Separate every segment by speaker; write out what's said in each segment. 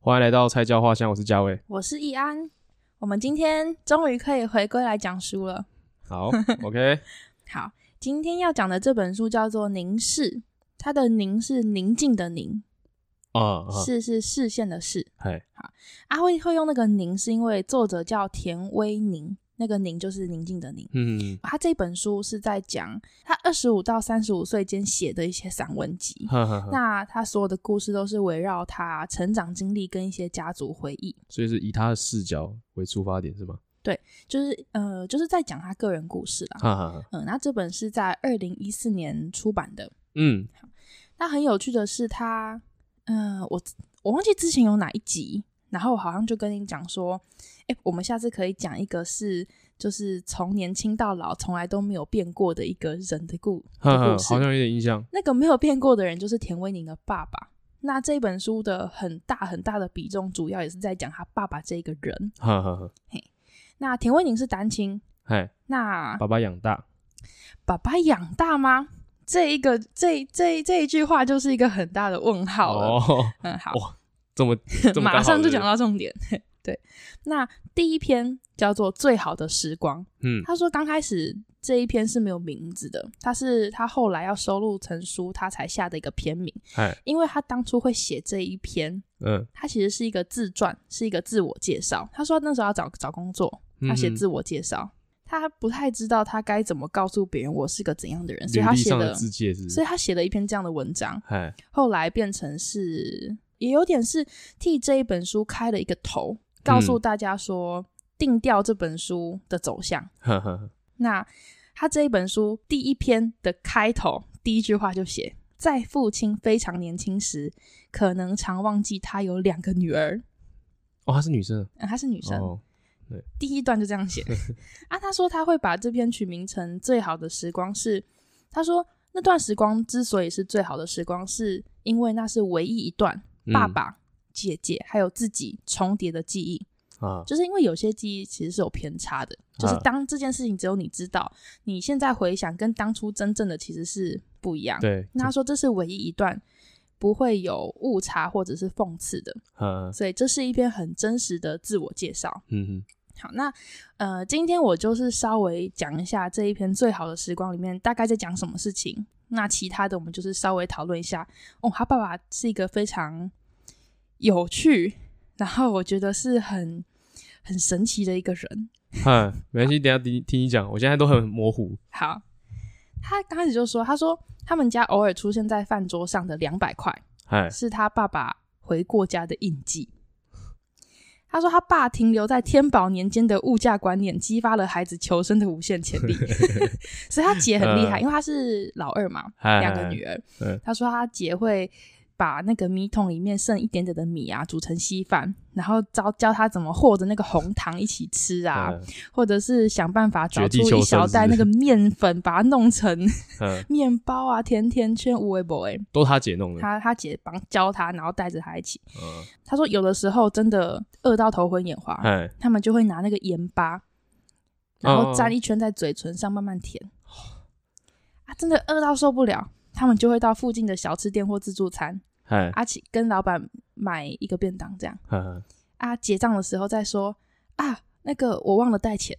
Speaker 1: 欢迎来到菜椒花香，我是嘉伟。
Speaker 2: 我是易安。我们今天终于可以回归来讲书了。
Speaker 1: 好，OK，
Speaker 2: 好，今天要讲的这本书叫做《凝视》，它的“凝”是宁静的“宁
Speaker 1: 啊、”，啊，
Speaker 2: 视是视线的“视
Speaker 1: 嗨，”。
Speaker 2: 啊，会会用那个“宁”是因为作者叫田威宁，那个“宁”就是宁静的“宁”。
Speaker 1: 嗯，
Speaker 2: 他这本书是在讲他二十五到三十五岁间写的一些散 文集。
Speaker 1: 哈哈哈，
Speaker 2: 嗯那他所有的故事都是围绕他成长经历跟一些家族回忆。
Speaker 1: 所以是以他的视角为出发点是吗？
Speaker 2: 就是呃，就是在讲他个人故事啦。
Speaker 1: 哈哈哈，
Speaker 2: 嗯，那这本是在二零一四年出版的。
Speaker 1: 嗯，
Speaker 2: 那很有趣的是他，嗯、我我忘记之前有哪一集，然后我好像就跟你讲说，哎、我们下次可以讲一个是就是从年轻到老从来都没有变过的一个人的故
Speaker 1: 哈
Speaker 2: 的
Speaker 1: 哈，
Speaker 2: 故
Speaker 1: 好像
Speaker 2: 事。
Speaker 1: 有点印象。
Speaker 2: 那个没有变过的人就是田威宁的爸爸。那这本书的很大很大的比重，主要也是在讲他爸爸这个人。
Speaker 1: 哈哈哈，
Speaker 2: 那田威宁是单亲，
Speaker 1: 嗨，
Speaker 2: 那
Speaker 1: 爸爸养大，
Speaker 2: 爸爸养大吗？这一个这这这一句话就是一个很大的问号了。
Speaker 1: 哦，
Speaker 2: 嗯，好，
Speaker 1: 哇这么这么刚好
Speaker 2: 马上就讲，
Speaker 1: 是
Speaker 2: 到重点。对，那第一篇叫做《最好的时光》。
Speaker 1: 不是嗯，
Speaker 2: 他说刚开始这一篇是没有名字的，他是他后来要收录成书，他才下的一个篇名。
Speaker 1: 嗨，
Speaker 2: 因为他当初会写这一篇，
Speaker 1: 嗯，
Speaker 2: 他其实是一个自传，是一个自我介绍。他说那时候要找找工作，
Speaker 1: 嗯
Speaker 2: 要写自我介绍，他不太知道他该怎么告诉别人我是个怎样的人，所
Speaker 1: 嗯履
Speaker 2: 以他
Speaker 1: 历
Speaker 2: 写
Speaker 1: 上的
Speaker 2: 的，
Speaker 1: 自介是不
Speaker 2: 所
Speaker 1: 是，
Speaker 2: 以他写了一篇这样的文章。
Speaker 1: 嗨，
Speaker 2: 后来变成是，也有点是替这一本书开了一个头，告诉大家说定调这本书的走向。
Speaker 1: 哈哈哈，
Speaker 2: 那他这一本书第一篇的开头第一句话就写：在父亲非常年轻时，可能常忘记他有两个女儿。
Speaker 1: 哦，她是女生，
Speaker 2: 嗯，她是女生，
Speaker 1: 哦，
Speaker 2: 第一段就这样 写啊。他说他会把这篇取名成“最好的时光是”，他说那段时光之所以是最好的时光，是因为那是唯一一段
Speaker 1: 嗯
Speaker 2: 爸爸、姐姐还有自己重叠的记忆，
Speaker 1: 啊，
Speaker 2: 就是因为有些记忆其实是有偏差的，就是当这件事情只有你知道，你现在回想跟当初真正的其实是不一样。
Speaker 1: 对，
Speaker 2: 那他说这是唯一一段不会有误差或者是讽刺的，
Speaker 1: 哈，
Speaker 2: 所以这是一篇很真实的自我介绍。
Speaker 1: 嗯
Speaker 2: 好，那呃，今天我就是稍微讲一下这一篇《最好的时光》里面大概在讲什么事情。那其他的我们就是稍微讨论一下。哦，他爸爸是一个非常有趣，然后我觉得是很很神奇的一个人。
Speaker 1: 哼，嗯哈，没关系，等一下听听你讲，我现在都很模糊，
Speaker 2: 好，他刚开始就说，他说他们家偶尔出现在饭桌上的两百块，
Speaker 1: 嗨，
Speaker 2: 是他爸爸回过家的印记。他说，他爸停留在天宝年间的物价观念，激发了孩子求生的无限 潜力。所以他姐很厉害，
Speaker 1: 嗯
Speaker 2: 因为他是老二嘛，
Speaker 1: 嗨
Speaker 2: 两个女，儿
Speaker 1: 嗯。
Speaker 2: 他说他姐会把那个米桶里面剩一点点的米啊，煮成稀饭，然后教教他怎么和着那个红糖一起吃啊，
Speaker 1: 嗯
Speaker 2: 或者是想办法找
Speaker 1: 绝地
Speaker 2: 出
Speaker 1: 求
Speaker 2: 一
Speaker 1: 生
Speaker 2: 小
Speaker 1: 是
Speaker 2: 袋
Speaker 1: 不
Speaker 2: 那
Speaker 1: 是
Speaker 2: 个面粉，把它弄成
Speaker 1: 嗯，
Speaker 2: 面包啊、甜甜圈、无为 boy。
Speaker 1: 都他姐弄的，
Speaker 2: 他他姐帮教他，然后带着他一起。
Speaker 1: 嗯，
Speaker 2: 他说有的时候真的饿到头昏眼花，
Speaker 1: 嗨，
Speaker 2: 他们就会拿那个盐巴，然
Speaker 1: 哦
Speaker 2: 后沾一圈在嘴唇上慢慢舔。啊，真的饿到受不了，他们就会到附近的小吃店或自助餐，
Speaker 1: 嗨，
Speaker 2: 阿、啊、奇跟老板买一个便当这样。
Speaker 1: 哈哈，
Speaker 2: 啊，结账的时候再说啊，那个我忘了带钱。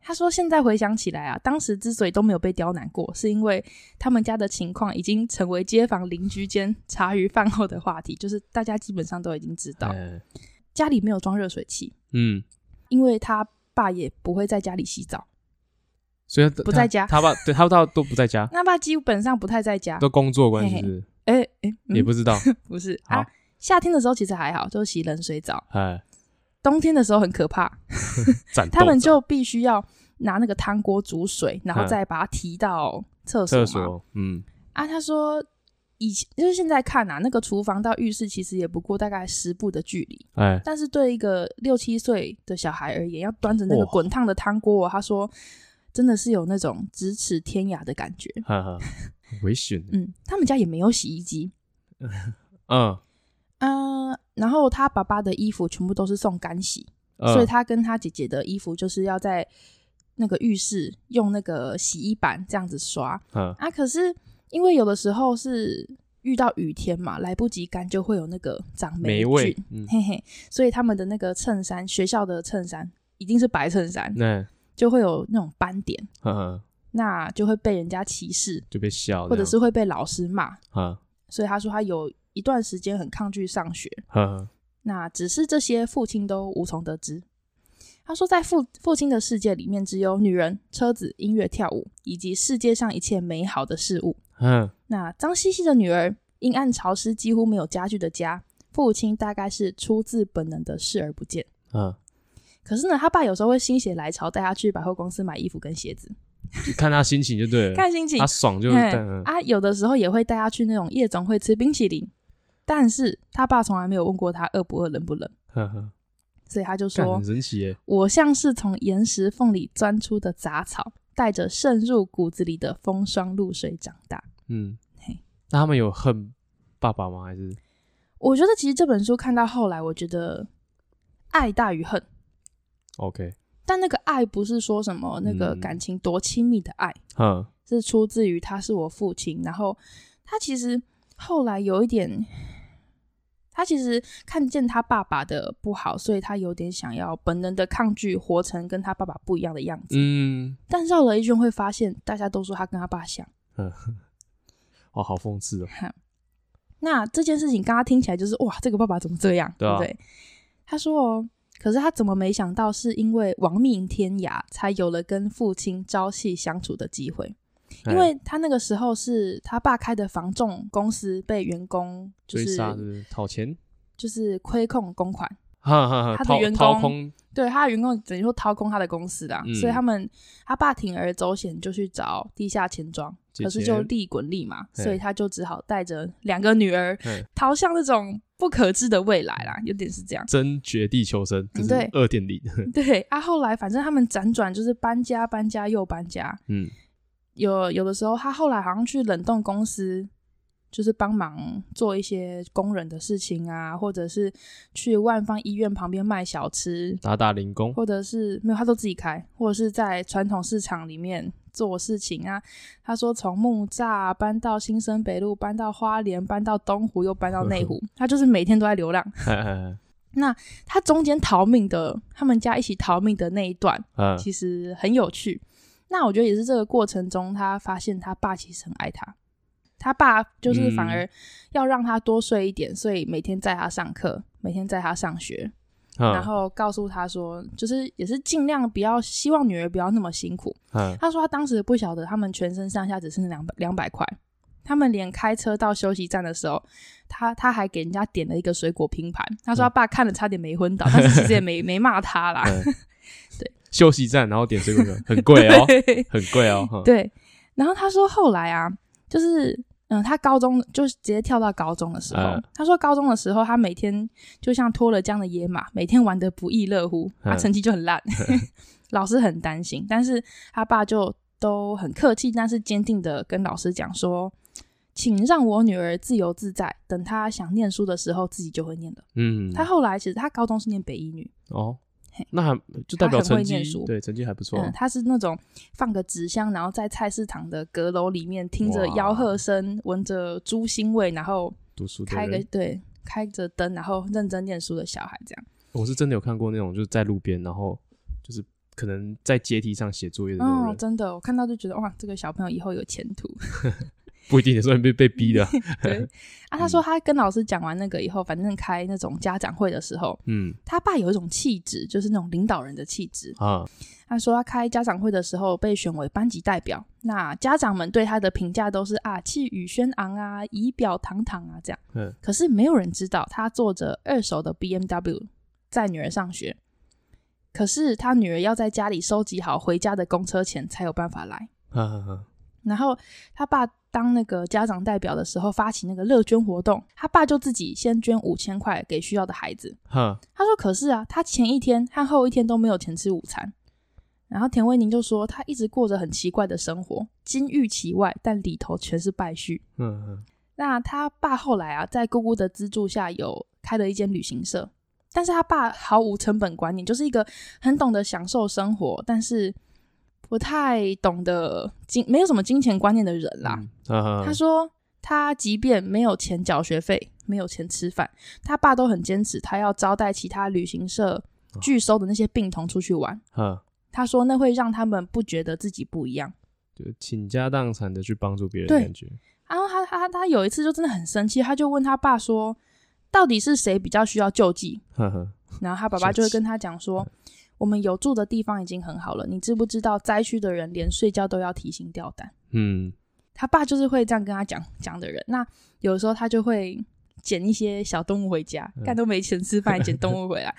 Speaker 2: 他说现在回想起来啊，当时之所以都没有被刁难过，是因为他们家的情况已经成为街坊邻居间茶余饭后的话题，就是大家基本上都已经知道，
Speaker 1: 哎
Speaker 2: 家里没有装热水器，
Speaker 1: 嗯，
Speaker 2: 因为他爸也不会在家里洗澡，
Speaker 1: 所以他
Speaker 2: 不在家
Speaker 1: 他他爸对他爸都不在 家，
Speaker 2: 那爸基本上不太在家。
Speaker 1: 都工作关系
Speaker 2: 嘿嘿
Speaker 1: 是
Speaker 2: 哎
Speaker 1: 不
Speaker 2: 哎，
Speaker 1: 是
Speaker 2: 嗯
Speaker 1: 也不知道，
Speaker 2: 不是
Speaker 1: 好
Speaker 2: 啊，夏天的时候其实还好，就是洗冷水澡，
Speaker 1: 哎，
Speaker 2: 冬天的时候很可怕，
Speaker 1: 战斗
Speaker 2: 他们就必须要拿那个汤锅煮水，然后再把它提到厕所
Speaker 1: 嗯厕
Speaker 2: 嘛。
Speaker 1: 所，嗯，
Speaker 2: 啊，他说以前就是现在看啊，那个厨房到浴室其实也不过大概十步的距离，
Speaker 1: 哎，
Speaker 2: 但是对一个六七岁的小孩而言，要端着那个
Speaker 1: 哇
Speaker 2: 滚烫的汤锅，他说真的是有那种咫尺天涯的感觉。
Speaker 1: 哈哈，很危险，
Speaker 2: 嗯，他们家也没有洗衣机，
Speaker 1: 嗯，
Speaker 2: 嗯、然后他爸爸的衣服全部都是送干洗，
Speaker 1: 嗯
Speaker 2: 所以他跟他姐姐的衣服就是要在那个浴室用那个洗衣板这样子刷
Speaker 1: 嗯
Speaker 2: 啊。可是因为有的时候是遇到雨天嘛，来不及干就会有那个长霉
Speaker 1: 霉
Speaker 2: 菌，
Speaker 1: 味，嗯，
Speaker 2: 嘿嘿，所以他们的那个衬衫，学校的衬衫一定是白衬衫，
Speaker 1: 那
Speaker 2: 就会有那种斑点，
Speaker 1: 呵呵
Speaker 2: 那就会被人家歧视，
Speaker 1: 就被笑这样，
Speaker 2: 或者是会被老师骂。
Speaker 1: 啊
Speaker 2: 所以他说他有一段时间很抗拒上学，
Speaker 1: 呵呵
Speaker 2: 那只是这些父亲都无从得知。他说，在父父亲的世界里面，只有女人、车子、音乐、跳舞，以及世界上一切美好的事物。
Speaker 1: 嗯
Speaker 2: 那脏兮兮的女儿，阴暗潮湿、几乎没有家具的家，父亲大概是出自本能的视而不见。
Speaker 1: 嗯，
Speaker 2: 可是呢，他爸有时候会心血来潮带他去百货公司买衣服跟鞋子，
Speaker 1: 就看他心情就对了，
Speaker 2: 看心情
Speaker 1: 他。爽就
Speaker 2: 嘿
Speaker 1: 但
Speaker 2: 啊，有的时候也会带他去那种夜总会吃冰淇淋，但是他爸从来没有问过他饿不饿、冷不冷，
Speaker 1: 呵呵，
Speaker 2: 所以他就
Speaker 1: 干
Speaker 2: 说
Speaker 1: 很神奇耶，：“
Speaker 2: 我像是从岩石缝里钻出的杂草，带着渗入骨子里的风霜露水长大。”
Speaker 1: 嗯
Speaker 2: 嘿，
Speaker 1: 那他们有恨爸爸吗？还是
Speaker 2: 我觉得其实这本书看到后来，我觉得爱大于恨，
Speaker 1: OK？
Speaker 2: 但那个爱不是说什么那个
Speaker 1: 嗯
Speaker 2: 感情多亲密的爱，
Speaker 1: 嗯
Speaker 2: 是出自于他是我父亲，然后他其实后来有一点，他其实看见他爸爸的不好，所以他有点想要本能的抗拒，活成跟他爸爸不一样的样子。
Speaker 1: 嗯，
Speaker 2: 但绕了一圈会发现，大家都说他跟他爸像。
Speaker 1: 哦，好讽刺哦，
Speaker 2: 那这件事情刚刚听起来就是哇，这个爸爸怎么这样，
Speaker 1: 对啊
Speaker 2: 不对？他说哦，可是他怎么没想到，是因为亡命天涯，才有了跟父亲朝夕相处的机会。因
Speaker 1: 哎
Speaker 2: 为他那个时候是他爸开的房仲公司被员工就
Speaker 1: 追
Speaker 2: 是
Speaker 1: 杀是不是讨钱，
Speaker 2: 就是亏空公款，
Speaker 1: 哈哈哈，
Speaker 2: 他的
Speaker 1: 掏
Speaker 2: 员
Speaker 1: 掏
Speaker 2: 工
Speaker 1: 空，
Speaker 2: 对他的员工等于说掏空他的公司啦，
Speaker 1: 嗯
Speaker 2: 所以他们他爸铤而走险就去找地下钱庄，
Speaker 1: 姐
Speaker 2: 可是
Speaker 1: 姐
Speaker 2: 就利滚利嘛，
Speaker 1: 嘿
Speaker 2: 所以他就只好带着两个女儿
Speaker 1: 嘿
Speaker 2: 逃向那种不可知的未来啦，有点是这样。
Speaker 1: 真绝地求生，这
Speaker 2: 嗯
Speaker 1: 是
Speaker 2: 对
Speaker 1: 二点零，
Speaker 2: 对啊，后来反正他们辗转就是搬家、搬家又搬家，
Speaker 1: 嗯
Speaker 2: 有有的时候他后来好像去冷冻公司，就是帮忙做一些工人的事情啊，或者是去万方医院旁边卖小吃，
Speaker 1: 打打零 工，
Speaker 2: 或者是没有他都自己开，或者是在传统市场里面做事情啊。他说从木栅搬到新生北路，搬到花莲，搬到东湖，又搬到内湖，他就是每天都在流浪。
Speaker 1: 嘿嘿嘿
Speaker 2: 他中间逃命的，他们家一起逃命的那一段，
Speaker 1: 嗯
Speaker 2: 其实很有趣。那我觉得也是这个过程中，他发现他爸其实很爱他，他爸就是反而要让他多睡一点，所以每天载他上课，每天载他上学， 然
Speaker 1: 嗯
Speaker 2: 后告诉他说，就是也是尽量不要，希望女儿不要那么辛苦。
Speaker 1: 嗯，
Speaker 2: 他说他当时不晓得，他们全身上下只剩两百两百块。他们连开车到休息站的时候，他他还给人家点了一个水果拼盘。他
Speaker 1: 嗯
Speaker 2: 说他爸看了差点没昏倒，但是其实也没没骂他啦。
Speaker 1: 休息站，然后点水果，很贵 哦，
Speaker 2: 对
Speaker 1: 很贵哦，哼
Speaker 2: 对，然后他说后来啊，就是嗯，他高中就是直接跳到高中的时候，
Speaker 1: 嗯
Speaker 2: 他说高中的时候，他每天就像脱了缰的野马，每天玩得不亦乐乎，他、
Speaker 1: 嗯
Speaker 2: 成绩就 很烂，老师很担心，但是他爸就都很客气，但是坚定的跟老师讲说。请让我女儿自由自在，等她想念书的时候，自己就会念了。
Speaker 1: 嗯，
Speaker 2: 她后来其实她高中是念北一女，
Speaker 1: 哦
Speaker 2: 嘿，
Speaker 1: 那还就代
Speaker 2: 他
Speaker 1: 表
Speaker 2: 很会
Speaker 1: 成绩
Speaker 2: 念书，
Speaker 1: 对，成绩还不错啊
Speaker 2: 嗯，，他是那种放个纸箱，然后在菜市场的阁楼里面听着
Speaker 1: 哇
Speaker 2: 吆喝声，闻着猪腥味，然后
Speaker 1: 读书的
Speaker 2: 开个
Speaker 1: 人，
Speaker 2: 对开着灯，然后认真念书的小孩这样。
Speaker 1: 我是真的有看过那种，就是在路边，然后就是可能在阶梯上写作业的那种
Speaker 2: 哦，
Speaker 1: 人，
Speaker 2: 真的，我看到就觉得哇，这个小朋友以后有前途。
Speaker 1: 不一定也是被被逼的 啊，
Speaker 2: 对啊，他说他跟老师讲完那个以后，反正开那种家长会的时候，
Speaker 1: 嗯
Speaker 2: 他爸有一种气质，就是那种领导人的气质。
Speaker 1: 啊，
Speaker 2: 他说他开家长会的时候被选为班级代表，那家长们对他的评价都是啊气宇轩昂啊，仪表堂堂啊这样。
Speaker 1: 嗯，
Speaker 2: 可是没有人知道他坐着二手的 BMW 载女儿上学，可是他女儿要在家里收集好回家的公车钱才有办法来。
Speaker 1: 啊啊
Speaker 2: 然后他爸当那个家长代表的时候，发起那个乐捐活动，他爸就自己先捐五千块给需要的孩子。
Speaker 1: 哈，
Speaker 2: 他说：“可是啊，他前一天和后一天都没有钱吃午餐。”然后田威宁就说：“他一直过着很奇怪的生活，金玉其外，但里头全是败絮。
Speaker 1: 嗯嗯”
Speaker 2: 那他爸后来啊，在姑姑的资助下，有开了一间旅行社。但是他爸毫无成本观念，就是一个很懂得享受生活，但是不太懂得金，没有什么金钱观念的人啦。
Speaker 1: 嗯啊，
Speaker 2: 他
Speaker 1: 啊
Speaker 2: 说他即便没有钱缴学费，没有钱吃饭，他爸都很坚持，他要招待其他旅行社
Speaker 1: 哦
Speaker 2: 拒收的那些病童出去玩。
Speaker 1: 哈，
Speaker 2: 他说那会让他们不觉得自己不一样。
Speaker 1: 就倾家荡产的去帮助别人，
Speaker 2: 对
Speaker 1: 感觉
Speaker 2: 然后他他他有一次就真的很生气，他就问他爸说，到底是谁比较需要救济？
Speaker 1: 呵呵，
Speaker 2: 然后他爸爸就会跟他讲说，我们有住的地方已经很好了，你知不知道灾区的人连睡觉都要提心吊胆？
Speaker 1: 嗯，
Speaker 2: 他爸就是会这样跟他讲讲的人。那有时候他就会捡一些小动物回家，干都没钱吃饭，还捡动物回来。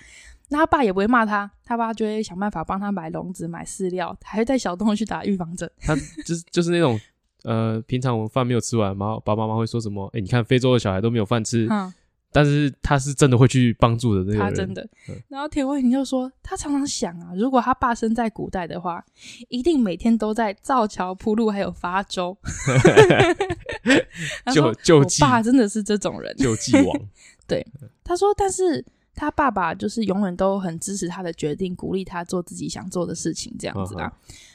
Speaker 2: 那他爸也不会骂他，他爸就会想办法帮他买笼子、买饲料，还会带小动物去打预防针。
Speaker 1: 他就是就是那种呃，平常我们饭没有吃完，然后爸爸妈妈会说什么？哎、你看非洲的小孩都没有饭吃，
Speaker 2: 嗯，
Speaker 1: 但是他是真的会去帮助的那个
Speaker 2: 他
Speaker 1: 人，
Speaker 2: 真的
Speaker 1: 嗯。
Speaker 2: 然后田慧婷就说，他常常想啊，如果他爸生在古代的话，一定每天都在造桥铺路，还有发粥。 他说
Speaker 1: 救救
Speaker 2: 我
Speaker 1: 济
Speaker 2: 爸真的是这种人，
Speaker 1: 救济王，
Speaker 2: 他说，但是他爸爸就是永远都很支持他的决定，鼓励他做自己想做的事情，这样子
Speaker 1: 嗯
Speaker 2: 啊。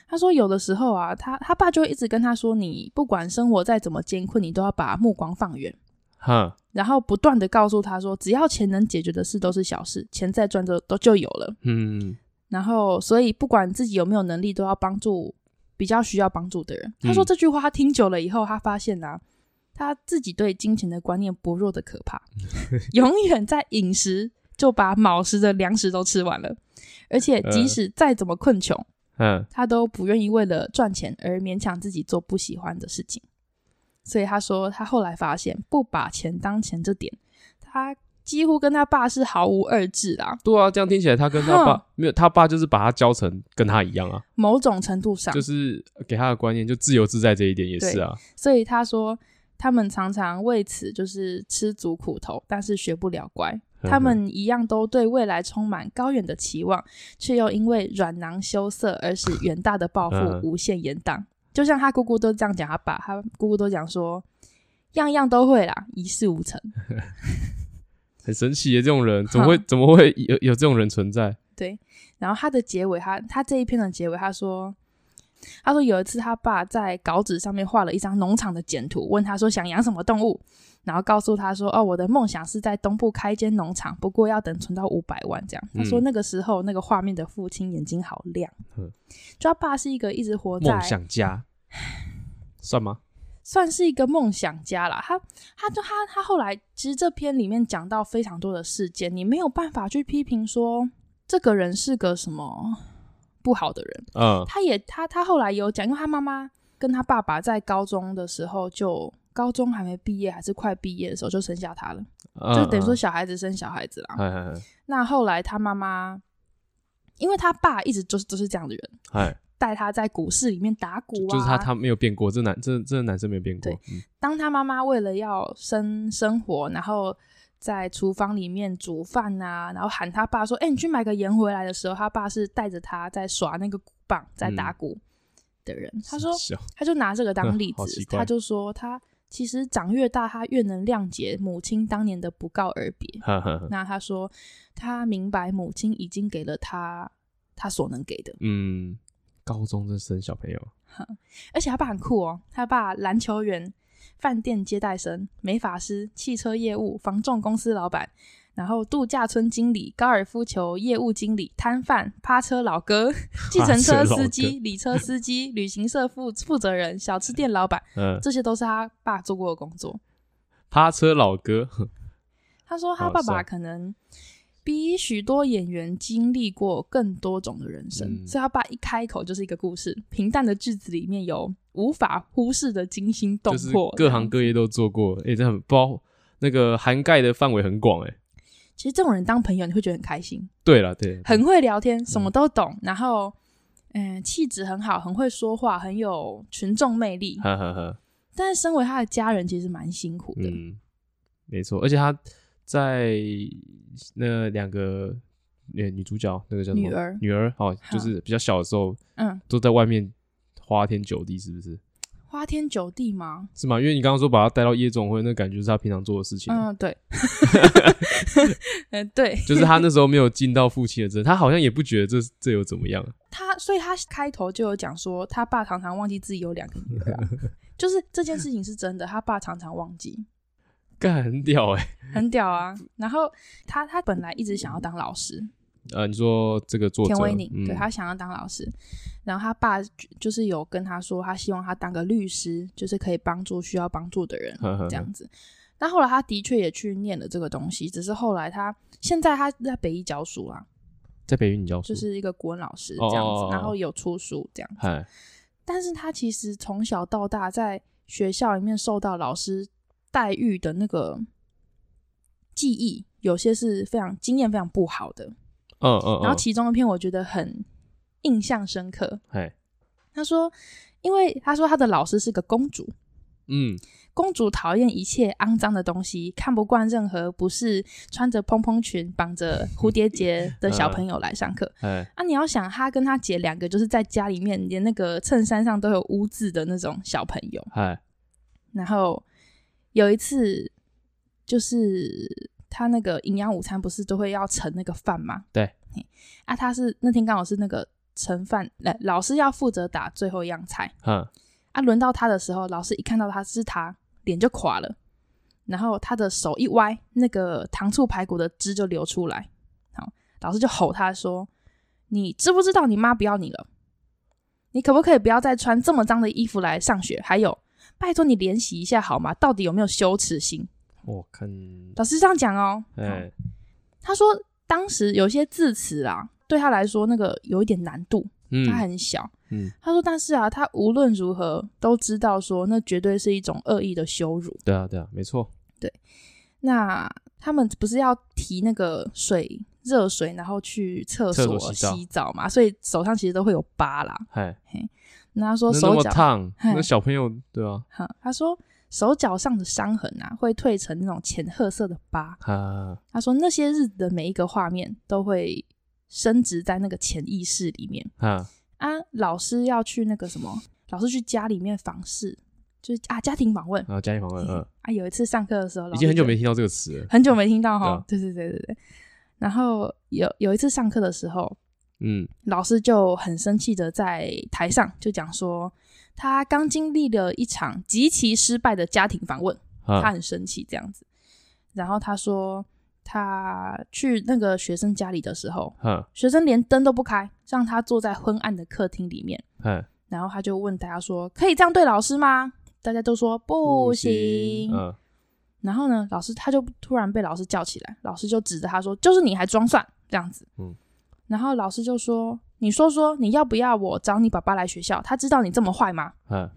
Speaker 2: 他说，有的时候啊，他他爸就会一直跟他说，你不管生活再怎么艰困，你都要把目光放远，
Speaker 1: 哈，
Speaker 2: 然后不断的告诉他说，只要钱能解决的事都是小事，钱再赚都都就有了。
Speaker 1: 嗯，
Speaker 2: 然后，所以不管自己有没有能力，都要帮助比较需要帮助的人。他说
Speaker 1: 嗯
Speaker 2: 这句话，他听久了以后，他发现啊，他自己对金钱的观念薄弱的可怕， 永远在饮食就把卯食的粮食都吃完了，而且
Speaker 1: 呃
Speaker 2: 即使再怎么困穷，
Speaker 1: 嗯，
Speaker 2: 他都不愿意为了赚钱而勉强自己做不喜欢的事情。所以他说，他后来发现不把钱当钱这点，他几乎跟他爸是毫无二致啊，
Speaker 1: 对啊，这样听起来他跟他
Speaker 2: 哼
Speaker 1: 爸没有，他爸就是把他教成跟他一样啊，
Speaker 2: 某种程度上
Speaker 1: 就是给他的观念就自由自在这一点也是啊，
Speaker 2: 所以他说，他们常常为此就是吃足苦头，但是学不了乖。
Speaker 1: 呵呵
Speaker 2: 他们一样都对未来充满高远的期望，却又因为软囊羞涩而使远大的抱负
Speaker 1: 嗯
Speaker 2: 无限延宕。就像他姑姑都这样讲，他爸他姑姑都讲说，样样都会啦，一事无成。
Speaker 1: 很神奇耶，这种人怎么会怎么会有有这种人存在？
Speaker 2: 对，然后他的结尾，他他这一篇的结尾，他说，他说有一次他爸在稿纸上面画了一张农场的简图，问他说想养什么动物，然后告诉他说，哦，我的梦想是在东部开一间农场，不过要等存到五百万这样。他说
Speaker 1: 嗯
Speaker 2: 那个时候那个画面的父亲眼睛好亮
Speaker 1: 嗯，
Speaker 2: 就他爸是一个一直活在
Speaker 1: 梦想家 算吗？
Speaker 2: 算是一个梦想家啦。他，他就他他后来，其实这篇里面讲到非常多的事件，你没有办法去批评说这个人是个什么不好的人。
Speaker 1: 嗯，
Speaker 2: 他也他他后来有讲，因为他妈妈跟他爸爸在高中的时候就。高中还没毕业，还是快毕业的时候就生下他了，就等于说
Speaker 1: 嗯，
Speaker 2: 小孩子生小孩子啦。
Speaker 1: 哎哎
Speaker 2: 那后来他妈妈，因为他爸一直就是就是这样的人，
Speaker 1: 哎，嘿
Speaker 2: 带他在股市里面打鼓啊，
Speaker 1: 就是他他没有变过，这男这这男生没有变过嗯
Speaker 2: 对，当他妈妈为了要生生活，然后在厨房里面煮饭啊，然后喊他爸说：“哎、你去买个盐回来的时候，他爸是带着他在耍那个鼓棒，在
Speaker 1: 嗯
Speaker 2: 打鼓的人。他说，
Speaker 1: 小
Speaker 2: 他就拿这个当例
Speaker 1: 嗯好
Speaker 2: 子
Speaker 1: 奇，怪
Speaker 2: 他就说他其实长越大，他越能谅解母亲当年的不告而别。
Speaker 1: 呵呵呵
Speaker 2: 那他说，他明白母亲已经给了他他所能给的，
Speaker 1: 嗯，高中生生小朋友，
Speaker 2: 而且他爸很酷哦，他爸篮球员、饭店接待生、美发师、汽车业务、房仲公司老板，然后度假村经理、高尔夫球业务经理、摊贩、趴车 老哥、计程车司
Speaker 1: 趴车
Speaker 2: 机、理车司机、旅行社负负责人、小吃店老板，
Speaker 1: 嗯，
Speaker 2: 这些都是他爸做过的工作。
Speaker 1: 趴车老哥， 呵
Speaker 2: 他说他
Speaker 1: 好
Speaker 2: 爸爸
Speaker 1: 帅
Speaker 2: 可能比许多演员经历过更多种的人生，
Speaker 1: 嗯
Speaker 2: 所以他爸一开口就是一个故事，平淡的句子里面有无法忽视的惊心动
Speaker 1: 就是
Speaker 2: 魄。
Speaker 1: 各行各业都做过，哎，这很包那个涵盖的范围很广，哎，
Speaker 2: 其实这种人当朋友你会觉得很开心，
Speaker 1: 对了，对，
Speaker 2: 很会聊天，什么都懂，然后嗯、呃气质很好，很会说话，很有群众魅力。
Speaker 1: 呵呵呵，
Speaker 2: 但是身为他的家人，其实蛮辛苦的。
Speaker 1: 嗯，没错，而且他在那两个呃女主角那个叫什么
Speaker 2: 女儿
Speaker 1: 女儿，哦，
Speaker 2: 好
Speaker 1: 就是比较小的时候
Speaker 2: 嗯，
Speaker 1: 都在外面花天酒地，是不是？
Speaker 2: 花天酒地吗？
Speaker 1: 是吗？因为你刚刚说把他带到夜总会，那感觉是他平常做的事情啊，
Speaker 2: 嗯， 对， 嗯，对
Speaker 1: 就是他那时候没有尽到父亲的责任，他好像也不觉得这这有怎么样啊。
Speaker 2: 他，所以他开头就有讲说，他爸常常忘记自己有两个女 儿啊、就是这件事情是真的，他爸常常忘记，
Speaker 1: 干很屌哎、
Speaker 2: 很屌啊。然后他他本来一直想要当老师，
Speaker 1: 呃，你说这个作者
Speaker 2: 田威宁，
Speaker 1: 嗯、
Speaker 2: 对他想要当老师，然后他爸就就是有跟他说，他希望他当个律师，就是可以帮助需要帮助的人，
Speaker 1: 呵呵呵
Speaker 2: 这样子。那后来他的确也去念了这个东西，只是后来他现在他在北医教书啊，
Speaker 1: 在北语你教书，
Speaker 2: 就是一个国文老师这样
Speaker 1: 哦哦哦
Speaker 2: 子
Speaker 1: 哦，
Speaker 2: 然后有出书这样子。
Speaker 1: 嗨，
Speaker 2: 但是他其实从小到大在学校里面受到老师待遇的那个记忆，有些是非常经验非常不好的。
Speaker 1: 嗯嗯，
Speaker 2: 然后
Speaker 1: 嗯
Speaker 2: 其中一篇我觉得很印象深刻。
Speaker 1: 嗨，
Speaker 2: 他说，因为他说他的老师是个公主，
Speaker 1: 嗯，
Speaker 2: 公主讨厌一切肮脏的东西，看不惯任何不是穿着蓬蓬裙、绑着蝴蝶结的小朋友来上课。
Speaker 1: 嗨，
Speaker 2: 啊，你要想，他跟他姐两个就是在家里面连那个衬衫上都有污渍的那种小朋友。
Speaker 1: 嗨，
Speaker 2: 然后有一次，就是他那个营养午餐不是都会要盛那个饭吗？
Speaker 1: 对
Speaker 2: 嘿，啊，他是那天刚好是那个盛饭，呃，老师要负责打最后一样菜
Speaker 1: 哈，
Speaker 2: 啊。轮到他的时候，老师一看到他是他，脸就垮了，然后他的手一歪，那个糖醋排骨的汁就流出来。好，老师就吼他说：“你知不知道你妈不要你了？你可不可以不要再穿这么脏的衣服来上学？还有，拜托你练习一下好吗？到底有没有羞耻心？”
Speaker 1: 我看，
Speaker 2: 老师这样讲哦。好
Speaker 1: 哎，
Speaker 2: 他说当时有些字词啊，对他来说那个有一点难度，
Speaker 1: 嗯
Speaker 2: 他很小。
Speaker 1: 嗯，
Speaker 2: 他说但是啊，他无论如何都知道说那绝对是一种恶意的羞辱。
Speaker 1: 对啊，对啊，没错，
Speaker 2: 那他们不是要提那个水热水，然后去厕
Speaker 1: 厕
Speaker 2: 所
Speaker 1: 所洗澡
Speaker 2: 嘛，所以手上其实都会有疤啦。
Speaker 1: 嗨，
Speaker 2: 那他说
Speaker 1: 那那
Speaker 2: 手
Speaker 1: 么
Speaker 2: 脚，
Speaker 1: 烫，
Speaker 2: 嗨
Speaker 1: 那小朋友对啊，
Speaker 2: 哈他说手脚上的伤痕啊，会褪成那种浅褐色的疤。
Speaker 1: 哈，
Speaker 2: 他说那些日子的每一个画面都会升值在那个潜意识里面
Speaker 1: 哈，
Speaker 2: 啊。老师要去那个什么，老师去家里面访视，就是啊家庭访问
Speaker 1: 然后家庭访问，嗯，
Speaker 2: 啊。有一次上课的时候，老
Speaker 1: 已
Speaker 2: 师
Speaker 1: 经很久
Speaker 2: 就
Speaker 1: 没听到这个词了，
Speaker 2: 很久没听到哈、
Speaker 1: 对啊
Speaker 2: 对对对对对。然后有有一次上课的时候，
Speaker 1: 嗯，
Speaker 2: 老师就很生气的在台上就讲说，他刚经历了一场极其失败的家庭访问，他
Speaker 1: 哈，
Speaker 2: 很生气这样子。然后他说，他去那个学生家里的时候，
Speaker 1: 哈，
Speaker 2: 学生连灯都不开，让他坐在昏暗的客厅里面。
Speaker 1: 嗨，
Speaker 2: 然后他就问大家说：“可以这样对老师吗？”大家都说不行。
Speaker 1: 嗯，
Speaker 2: 然后呢，老师他就突然被老师叫起来，老师就指着他说：“就是你还装蒜这样子。”
Speaker 1: 嗯，
Speaker 2: 然后老师就说：“你说说，你要不要我找你爸爸来学校？他知道你这么坏吗
Speaker 1: 嗨，？”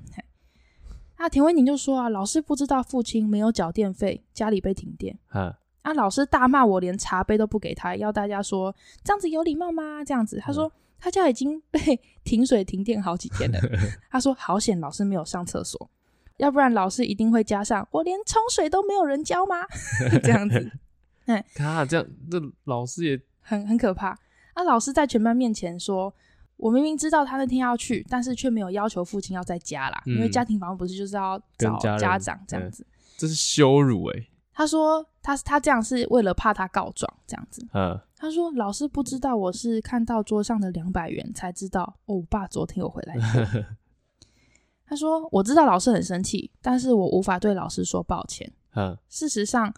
Speaker 2: 啊，田威宁就说：“啊，老师不知道父亲没有缴电费，家里被停电。
Speaker 1: 嗨，
Speaker 2: 啊，老师大骂我连茶杯都不给他，要大家说这样子有礼貌吗？这样子。”他说：“他家已经被 停水停电好几天了。”他说：“好险，老师没有上厕所。”要不然老师一定会加上我连冲水都没有人教吗？ 这样子，
Speaker 1: 他这样，这老师也
Speaker 2: 很很可怕。啊，老师在全班面前说：“我明明知道他那天要去，但是却没有要求父亲要在家啦，
Speaker 1: 嗯
Speaker 2: 因为家庭访问不是就是要找
Speaker 1: 跟家人
Speaker 2: 家长这样子。
Speaker 1: 这是羞辱哎，
Speaker 2: 他说：“他他这样是为了怕他告状这样子。
Speaker 1: 嗯，”
Speaker 2: 他说：“老师不知道我是看到桌上的两百元才知道，哦，我爸昨天有回来 过。”他说：“我知道老师很生气，但是我无法对老师说抱歉。
Speaker 1: 哈，
Speaker 2: 事实上，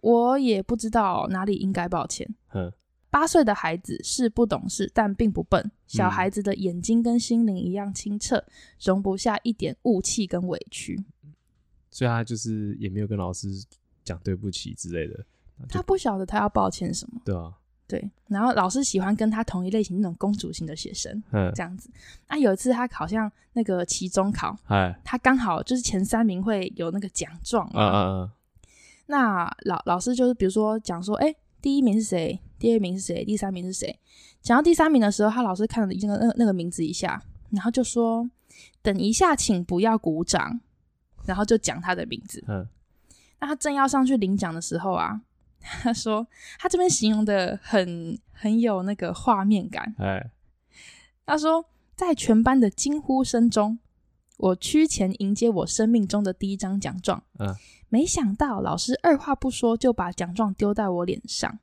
Speaker 2: 我也不知道哪里应该抱歉。”
Speaker 1: 哈，
Speaker 2: 八岁的孩子是不懂事，但并不笨。小
Speaker 1: 嗯
Speaker 2: 孩子的眼睛跟心灵一样清澈，容不下一点雾气跟委屈。
Speaker 1: 所以他就是也没有跟老师讲对不起之类的，
Speaker 2: 他不晓得他要抱歉什么。
Speaker 1: 对啊，
Speaker 2: 对，然后老师喜欢跟他同一类型那种公主型的学生，
Speaker 1: 嗯，
Speaker 2: 这样子。那、有一次他考上那个期中考，
Speaker 1: 嗨，
Speaker 2: 他刚好就是前三名会有那个奖状
Speaker 1: 啊
Speaker 2: 嘛。
Speaker 1: 啊啊，
Speaker 2: 那老老师就是比如说讲说，哎、第一名是谁？第二名是谁？第三名是谁？讲到第三名的时候，他老师看了那个那那个名字一下，然后就说：“等一下，请不要鼓掌。”然后就讲他的名字。
Speaker 1: 嗯，
Speaker 2: 那他正要上去领奖的时候啊，他说他这边形容的很很有那个画面感。
Speaker 1: 哎，
Speaker 2: 他说，在全班的惊呼声中，我趋前迎接我生命中的第一张奖状。
Speaker 1: 嗯，
Speaker 2: 没想到老师二话不说就把奖状丢在我脸上。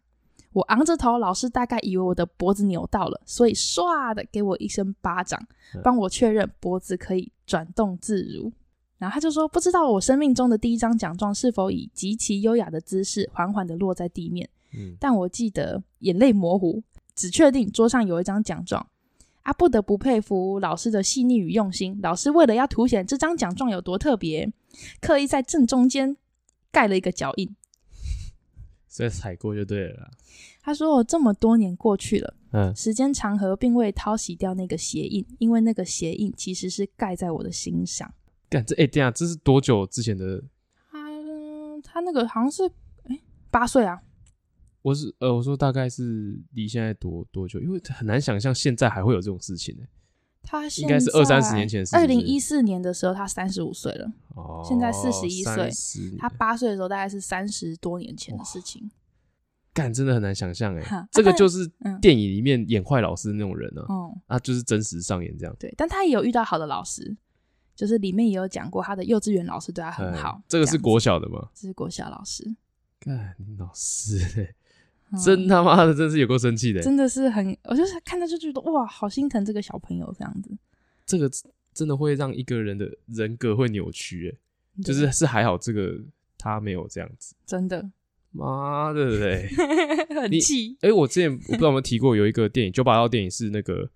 Speaker 2: 我昂着头，老师大概以为我的脖子扭到了，所以唰的给我一声巴掌
Speaker 1: 嗯，
Speaker 2: 帮我确认脖子可以转动自如。然后他就说，不知道我生命中的第一张奖状是否以极其优雅的姿势缓缓的落在地面。
Speaker 1: 嗯，
Speaker 2: 但我记得眼泪模糊，只确定桌上有一张奖状。啊，不得不佩服老师的细腻与用心。老师为了要凸显这张奖状有多特别，刻意在正中间盖了一个脚印。
Speaker 1: 所以踩过就对了啦。
Speaker 2: 他说：“我这么多年过去了，
Speaker 1: 嗯，
Speaker 2: 时间长河并未淘洗掉那个鞋印，因为那个鞋印其实是盖在我的心上。
Speaker 1: 干这哎、等一下这是多久之前的？
Speaker 2: 他他那个好像是哎八岁啊，
Speaker 1: 我是呃，我说大概是离现在多多久？因为很难想象现在还会有这种事情欸呢、
Speaker 2: 他
Speaker 1: 应该是二三十年前的事
Speaker 2: 二
Speaker 1: 是不
Speaker 2: 零
Speaker 1: 是
Speaker 2: 一四年的时候他三十五岁了。”
Speaker 1: 哦，
Speaker 2: 现在41岁
Speaker 1: 岁
Speaker 2: 他八岁的时候，大概是三十多年前的事情。
Speaker 1: 干真的很难想象哎、
Speaker 2: 哈
Speaker 1: 这
Speaker 2: 啊
Speaker 1: 个
Speaker 2: 但
Speaker 1: 就是
Speaker 2: 嗯
Speaker 1: 电影里面演坏老师那种人啊，
Speaker 2: 哦，
Speaker 1: 啊，就是真实上演这样。
Speaker 2: 对，但他也有遇到好的老师，就是里面也有讲过，他的幼稚园老师对他很
Speaker 1: 哎
Speaker 2: 好。
Speaker 1: 这个
Speaker 2: 样
Speaker 1: 是
Speaker 2: 子
Speaker 1: 国，小的吗？
Speaker 2: 这是国小老师，
Speaker 1: 干你老师、欸，
Speaker 2: 嗯
Speaker 1: 真他妈的，真是有够生气的欸、
Speaker 2: 真的是很，我就是看到就觉得哇，好心疼这个小朋友这样子。
Speaker 1: 这个真的会让一个人的人格会扭曲、欸，
Speaker 2: 对
Speaker 1: 就是是还好这个他没有这样子，
Speaker 2: 嗯真的
Speaker 1: 妈的嘞！
Speaker 2: 很
Speaker 1: 你
Speaker 2: 气，
Speaker 1: 哎、我之前我不知道有没有提过，有一个电影九把刀电影是那个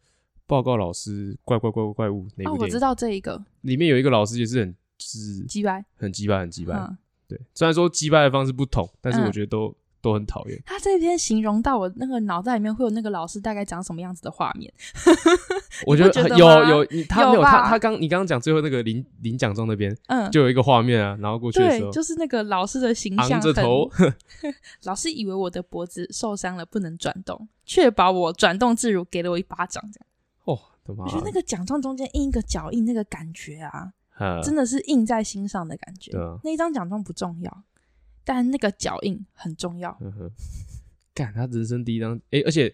Speaker 1: 报告老师怪怪怪怪怪物那部
Speaker 2: 哦，我
Speaker 1: 电影，
Speaker 2: 知道这一个
Speaker 1: 里面有一个老师也是很就是
Speaker 2: 鸡歪，
Speaker 1: 很鸡掰很鸡掰，
Speaker 2: 嗯，
Speaker 1: 对，虽然说击败的方式不同，但是
Speaker 2: 嗯
Speaker 1: 我觉得都、都很讨厌。
Speaker 2: 他这篇形容到我那个脑袋里面会有那个老师大概长什么样子的画面，
Speaker 1: 我觉
Speaker 2: 觉得
Speaker 1: 有
Speaker 2: 吗
Speaker 1: 有你他没有
Speaker 2: 有
Speaker 1: 他
Speaker 2: 吧
Speaker 1: 他刚你刚刚讲最后那个领领奖状那边
Speaker 2: 嗯，
Speaker 1: 就有一个画面啊，然后过去的
Speaker 2: 对
Speaker 1: 时候，
Speaker 2: 就是那个老师的形象
Speaker 1: 昂着
Speaker 2: 很
Speaker 1: 头，
Speaker 2: 老师以为我的脖子受伤了不能转动，确保我转动自如，给了我一巴掌。这样，
Speaker 1: 哦，他妈
Speaker 2: 我觉得那
Speaker 1: 的，
Speaker 2: 个奖状中间印一个脚印，那个感觉啊，
Speaker 1: 啊
Speaker 2: 真的是印在心上的感觉。
Speaker 1: 对啊
Speaker 2: 那一张奖状不重要，但那个脚印很重要。
Speaker 1: 呵呵 干他人生第一张，哎、而且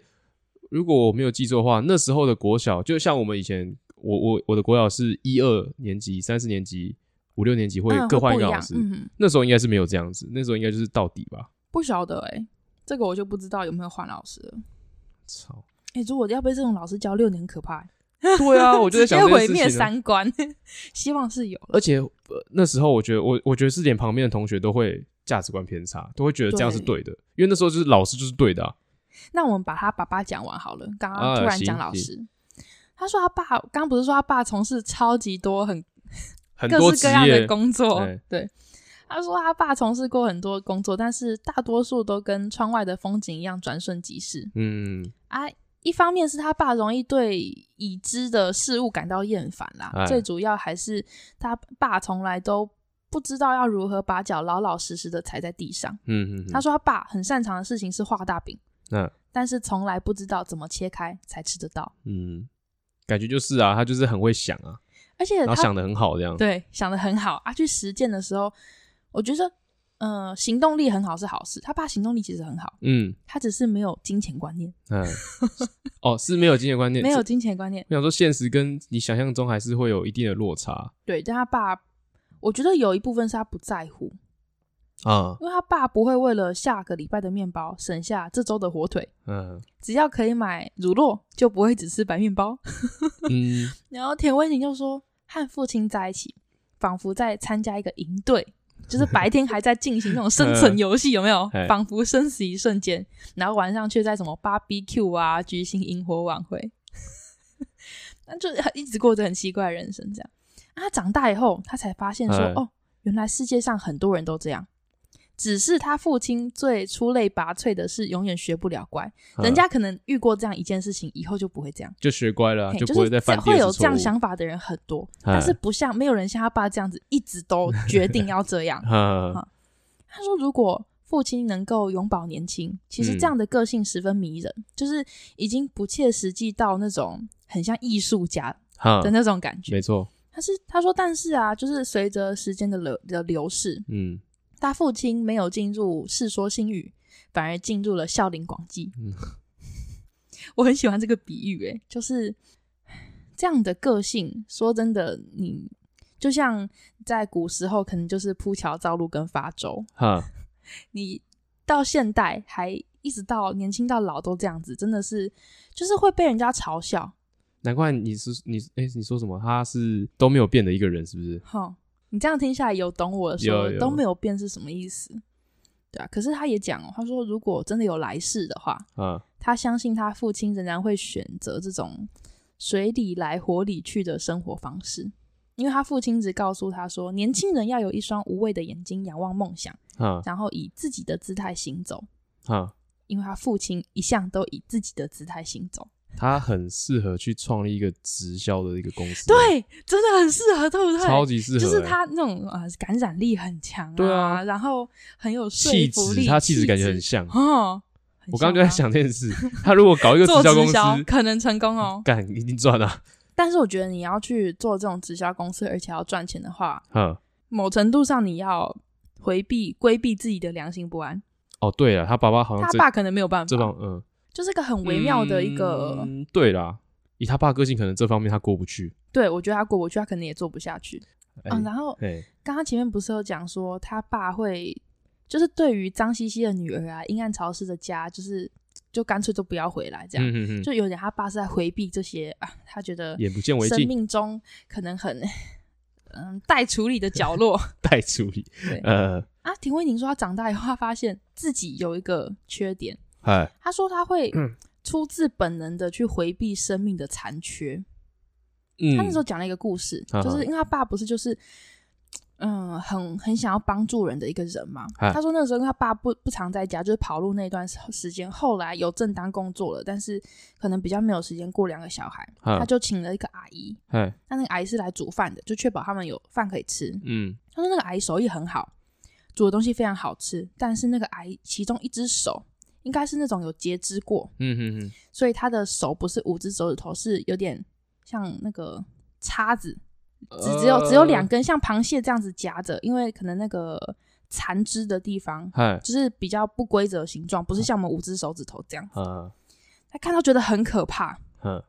Speaker 1: 如果我没有记错的话，那时候的国小就像我们以前，我我我的国小是一二年级、三四年级、五六年级会
Speaker 2: 嗯
Speaker 1: 各换
Speaker 2: 会
Speaker 1: 一
Speaker 2: 不
Speaker 1: 个老
Speaker 2: 一样
Speaker 1: 师，
Speaker 2: 嗯，
Speaker 1: 那时候应该是没有这样子，那时候应该就是到底吧。
Speaker 2: 不晓得哎、这个我就不知道有没有换老师了。
Speaker 1: 操，
Speaker 2: 哎、如果要被这种老师教六年，很可怕、欸。
Speaker 1: 对啊，我就在
Speaker 2: 直接
Speaker 1: 想这件
Speaker 2: 毁
Speaker 1: 事情啊、
Speaker 2: 灭三观。 希望是有了
Speaker 1: 而且、呃那时候我觉得我我觉得是连旁边的同学都会价值观偏差，都会觉得这样是对的，因为那时候就是老师就是对的、啊，
Speaker 2: 那我们把他爸爸讲完好了。刚
Speaker 1: 啊
Speaker 2: 刚突然
Speaker 1: 行
Speaker 2: 讲老
Speaker 1: 行
Speaker 2: 师，他说他爸刚刚不是说他爸从事超级多很
Speaker 1: 很多
Speaker 2: 各
Speaker 1: 职
Speaker 2: 式各样的
Speaker 1: 业
Speaker 2: 工作
Speaker 1: 哎。
Speaker 2: 对，他说他爸从事过很多工作，但是大多数都跟窗外的风景一样转瞬即逝
Speaker 1: 嗯，
Speaker 2: 啊。一方面是他爸容易对已知的事物感到厌烦啦，
Speaker 1: 哎
Speaker 2: 最主要还是他爸从来都不知道要如何把脚老老实实的踩在地上。
Speaker 1: 嗯嗯嗯，
Speaker 2: 他说他爸很擅长的事情是画大饼，
Speaker 1: 嗯
Speaker 2: 但是从来不知道怎么切开才吃得到，
Speaker 1: 嗯，感觉就是啊，他就是很会想啊，
Speaker 2: 而且
Speaker 1: 然后
Speaker 2: 他
Speaker 1: 想的很好这样。
Speaker 2: 对，想的很好啊。去实践的时候，我觉得，呃，行动力很好是好事。他爸行动力其实很好，
Speaker 1: 嗯
Speaker 2: 他只是没有金钱观念，
Speaker 1: 嗯，哦，是没有经验观念，
Speaker 2: 没有
Speaker 1: 是。
Speaker 2: 金钱观念。
Speaker 1: 我想说，现实跟你想象中还是会有一定的落差
Speaker 2: 对，但他爸，我觉得有一部分是他不在乎，
Speaker 1: 啊。
Speaker 2: 因为他爸不会为了下个礼拜的面包省下这周的火腿，
Speaker 1: 嗯
Speaker 2: 只要可以买乳酪，就不会只吃白面包。
Speaker 1: 嗯，
Speaker 2: 然后田威宁就说，和父亲在一起，仿佛在参加一个营队，就是白天还在进行那种生存游戏，有没有
Speaker 1: 嗯嘿？
Speaker 2: 仿佛生死一瞬间，然后晚上却在什么 BBQ 啊、举行萤火晚会， 那就一直过着很奇怪的人生这样。啊，他长大以后，他才发现说
Speaker 1: 哎，
Speaker 2: 哦，原来世界上很多人都这样。只是他父亲最出类拔萃的是，永远学不了乖。
Speaker 1: 嗯
Speaker 2: 人家可能遇过这样一件事情，以后就不会这样。
Speaker 1: 就学乖了啊，
Speaker 2: 嘿
Speaker 1: 不会
Speaker 2: 是
Speaker 1: 再犯
Speaker 2: 这
Speaker 1: 第二
Speaker 2: 会
Speaker 1: 次
Speaker 2: 有这样
Speaker 1: 错误
Speaker 2: 想法的人很多，
Speaker 1: 哎
Speaker 2: 但是不像没有人像他爸这样子一直 都决定要这样。
Speaker 1: 啊
Speaker 2: 好他说，如果父亲能够永葆年轻，其实
Speaker 1: 嗯
Speaker 2: 这样的个性十分迷人，就是已经不切实际到那种很像艺术家
Speaker 1: 哈
Speaker 2: 的，那种感觉。
Speaker 1: 嗯没错，
Speaker 2: 他是他说，但是啊，就是随着时间的流的流逝，
Speaker 1: 嗯
Speaker 2: 他父亲没有进入《世说新语》，反而进入了《孝陵广记》
Speaker 1: 嗯
Speaker 2: 我很喜欢这个比喻、欸，就是这样的个性。说真的，你就像在古时候，可能就是铺桥造路跟发粥，
Speaker 1: 哈，
Speaker 2: 你到现代还一直到年轻到老都这样子，真的是就是会被人家嘲笑。
Speaker 1: 难怪你是你哎、你说什么？他是都没有变的一个人，是不是？
Speaker 2: 哼，你这样听下来有懂我
Speaker 1: 有
Speaker 2: 说
Speaker 1: 有
Speaker 2: 都没有变是什么意思？对啊，可是他也讲哦，他说如果真的有来世的话，
Speaker 1: 啊，
Speaker 2: 他相信他父亲仍然会选择这种水里来火里去的生活方式，因为他父亲只告诉他说，年轻人要有一双无畏的眼睛仰望梦想，
Speaker 1: 哈
Speaker 2: 然后以自己的姿态行走，
Speaker 1: 哈，
Speaker 2: 因为他父亲一向都以自己的姿态行走。
Speaker 1: 他很适合去创立一个直销的一个公司，，
Speaker 2: 对，真的很适合，对不对？
Speaker 1: 超级适合、
Speaker 2: 就是
Speaker 1: 欸
Speaker 2: 他那种啊、呃感染力很强、啊，
Speaker 1: 对啊
Speaker 2: 然后很有说
Speaker 1: 气
Speaker 2: 服
Speaker 1: 质，
Speaker 2: 力，
Speaker 1: 他气质感觉很像。
Speaker 2: 哦。很
Speaker 1: 我刚刚就在
Speaker 2: 像啊，
Speaker 1: 想这件事，他如果搞一个
Speaker 2: 做
Speaker 1: 直销公
Speaker 2: 直
Speaker 1: 司，
Speaker 2: 销可能成功哦。
Speaker 1: 干一定赚啊！
Speaker 2: 但是我觉得你要去做这种直销公司，而且要赚钱的话，
Speaker 1: 哈，
Speaker 2: 某程度上你要回避、规避自己的良心不安。
Speaker 1: 哦，对了，他爸爸好像
Speaker 2: 他
Speaker 1: 这
Speaker 2: 爸可能没有办
Speaker 1: 这
Speaker 2: 法，
Speaker 1: 方嗯
Speaker 2: 就是个很微妙的一个，
Speaker 1: 嗯对啦，以他爸个性，可能这方面他过不去。
Speaker 2: 对我觉得他过不去，他可能也做不下去。
Speaker 1: 哎
Speaker 2: 嗯，然后
Speaker 1: 哎，
Speaker 2: 刚刚前面不是有讲说他爸会，就是对于脏兮兮的女儿啊，阴暗潮湿的家，就是就干脆都不要回来这样，
Speaker 1: 嗯嗯嗯，
Speaker 2: 就有点他爸是在回避这些 啊，他觉得
Speaker 1: 眼不见为
Speaker 2: 生
Speaker 1: 净，
Speaker 2: 命中可能很 嗯待处理的角落
Speaker 1: 待处理
Speaker 2: 对。
Speaker 1: 呃，
Speaker 2: 啊。田慧宁说，他长大以后他发现自己有一个缺点，
Speaker 1: 哎，
Speaker 2: 他说他会
Speaker 1: 嗯
Speaker 2: 出自本能的去回避生命的残缺。
Speaker 1: 嗯
Speaker 2: 他那时候讲了一个故事，
Speaker 1: 哈哈
Speaker 2: 就是因为他爸不是就是。嗯，很很想要帮助人的一个人嘛。
Speaker 1: 嗨
Speaker 2: 他说那时候因为他爸不不常在家，就是跑路那段时时间。后来有正当工作了，但是可能比较没有时间顾两个小孩，
Speaker 1: 哈
Speaker 2: 他就请了一个阿姨。
Speaker 1: 哎，
Speaker 2: 那那个阿姨是来煮饭的，就确保他们有饭可以吃。
Speaker 1: 嗯，
Speaker 2: 他说那个阿姨手艺很好，煮的东西非常好吃，但是那个阿姨其中一只手应该是那种有截肢过，
Speaker 1: 嗯嗯嗯，
Speaker 2: 所以她的手不是五只手指头，是有点像那个叉子，只只有只
Speaker 1: 呃
Speaker 2: 有两根，像螃蟹这样子夹着，因为可能那个残肢的地方
Speaker 1: 呃，
Speaker 2: 就是比较不规则形状，不是像我们五只手指头这样。
Speaker 1: 嗨，啊，
Speaker 2: 他看到觉得很可怕。
Speaker 1: 嗯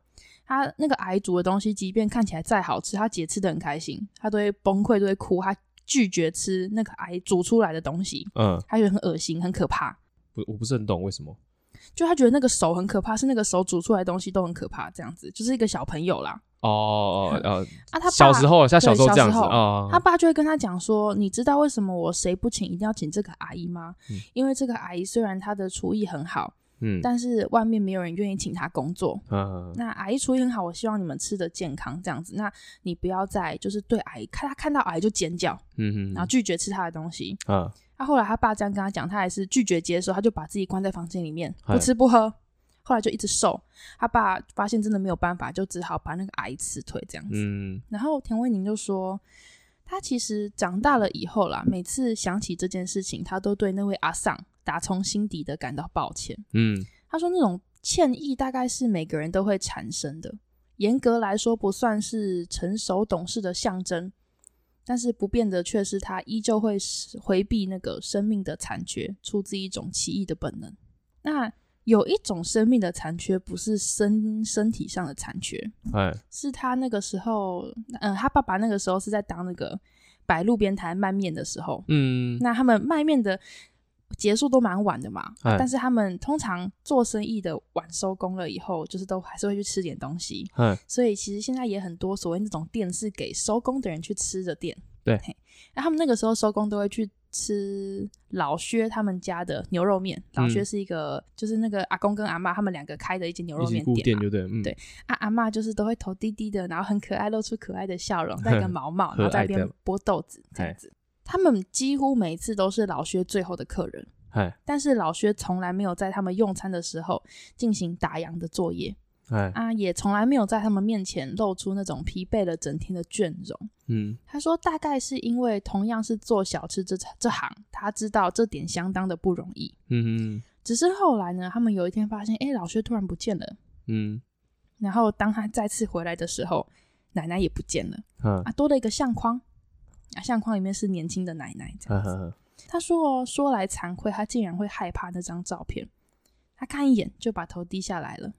Speaker 2: 他那个阿姨煮的东西，即便看起来再好吃，他姐吃的很开心，他都会崩溃，都会哭，他拒绝吃那个阿姨煮出来的东西，
Speaker 1: 嗯，
Speaker 2: 他觉得很恶心，很可怕。
Speaker 1: 不，我不是很懂为什么，
Speaker 2: 就他觉得那个手很可怕，是那个手煮出来的东西都很可怕，这样子就是一个小朋友啦。
Speaker 1: 哦哦哦，
Speaker 2: 啊，他
Speaker 1: 呃
Speaker 2: 爸
Speaker 1: 小时候，像
Speaker 2: 对
Speaker 1: 小时候这样子
Speaker 2: 小时候
Speaker 1: 啊，
Speaker 2: 他爸就会跟他讲说：“你知道为什么我谁不请一定要请这个阿姨吗？
Speaker 1: 嗯
Speaker 2: 因为这个阿姨虽然她的厨艺很好，
Speaker 1: 嗯，
Speaker 2: 但是外面没有人愿意请她工作。
Speaker 1: 嗯，
Speaker 2: 那阿姨厨艺很好，我希望你们吃的健康这样子。那你不要再就是对阿姨看她看到阿姨就尖叫，
Speaker 1: 嗯嗯，
Speaker 2: 然后拒绝吃她的东西。
Speaker 1: 啊，
Speaker 2: 那、后来他爸这样跟他讲，他还是拒绝接受，他就把自己关在房间里面，
Speaker 1: 嗨
Speaker 2: 不吃不喝。后来就一直瘦，他爸发现真的没有办法，就只好把那个阿姨辞退这样子。
Speaker 1: 嗯
Speaker 2: 然后田慧宁就说，她其实长大了以后啦，每次想起这件事情，她都对那位阿桑打从心底的感到抱歉。
Speaker 1: 嗯
Speaker 2: 她说那种歉意大概是每个人都会产生的，严格来说不算是成熟懂事的象征，但是不变的却是她依旧会回避那个生命的残缺，出自一种奇异的本能。那有一种生命的残缺，不是身身体上的残缺，
Speaker 1: 哎，
Speaker 2: 是他那个时候，嗯、他爸爸那个时候是在当那个摆路边摊卖面的时候，
Speaker 1: 嗯
Speaker 2: 那他们卖面的结束都蛮晚的嘛，
Speaker 1: 哎
Speaker 2: 但是他们通常做生意的晚收工了以后，就是都还是会去吃点东西，
Speaker 1: 哎，
Speaker 2: 所以其实现在也很多所谓那种店是给收工的人去吃的店，
Speaker 1: 对
Speaker 2: 嘿，那他们那个时候收工都会去。吃老薛他们家的牛肉面，老薛
Speaker 1: 嗯
Speaker 2: 是一个、就是那个阿公跟阿妈他们两个开的一间牛
Speaker 1: 一
Speaker 2: 肉
Speaker 1: 起
Speaker 2: 面
Speaker 1: 固
Speaker 2: 店嘛，
Speaker 1: 定就对，嗯，
Speaker 2: 对啊，阿嬷就是都会头低低的，然后很可爱，露出可爱的笑容，戴个毛帽，
Speaker 1: 可
Speaker 2: 然后在
Speaker 1: 爱
Speaker 2: 那边
Speaker 1: 的
Speaker 2: 剥豆子这
Speaker 1: 哎
Speaker 2: 样子。他们几乎每一次都是老薛最后的客人，
Speaker 1: 哎
Speaker 2: 但是老薛从来没有在他们用餐的时候进行打烊的作业
Speaker 1: 哎，
Speaker 2: 啊，也从来没有在他们面前露出那种疲惫了整天的倦容。
Speaker 1: 嗯
Speaker 2: 他说，大概是因为同样是做小吃这这行，他知道这点相当的不容易。
Speaker 1: 嗯
Speaker 2: 只是后来呢，他们有一天发现，哎，老薛突然不见了。
Speaker 1: 嗯
Speaker 2: 然后当他再次回来的时候，奶奶也不见了
Speaker 1: 嗯，
Speaker 2: 啊，多了一个相框啊，相框里面是年轻的奶奶这样子。
Speaker 1: 嗯，
Speaker 2: 他说哦，说来惭愧，他竟然会害怕那张照片。他看一眼就把头低下来了。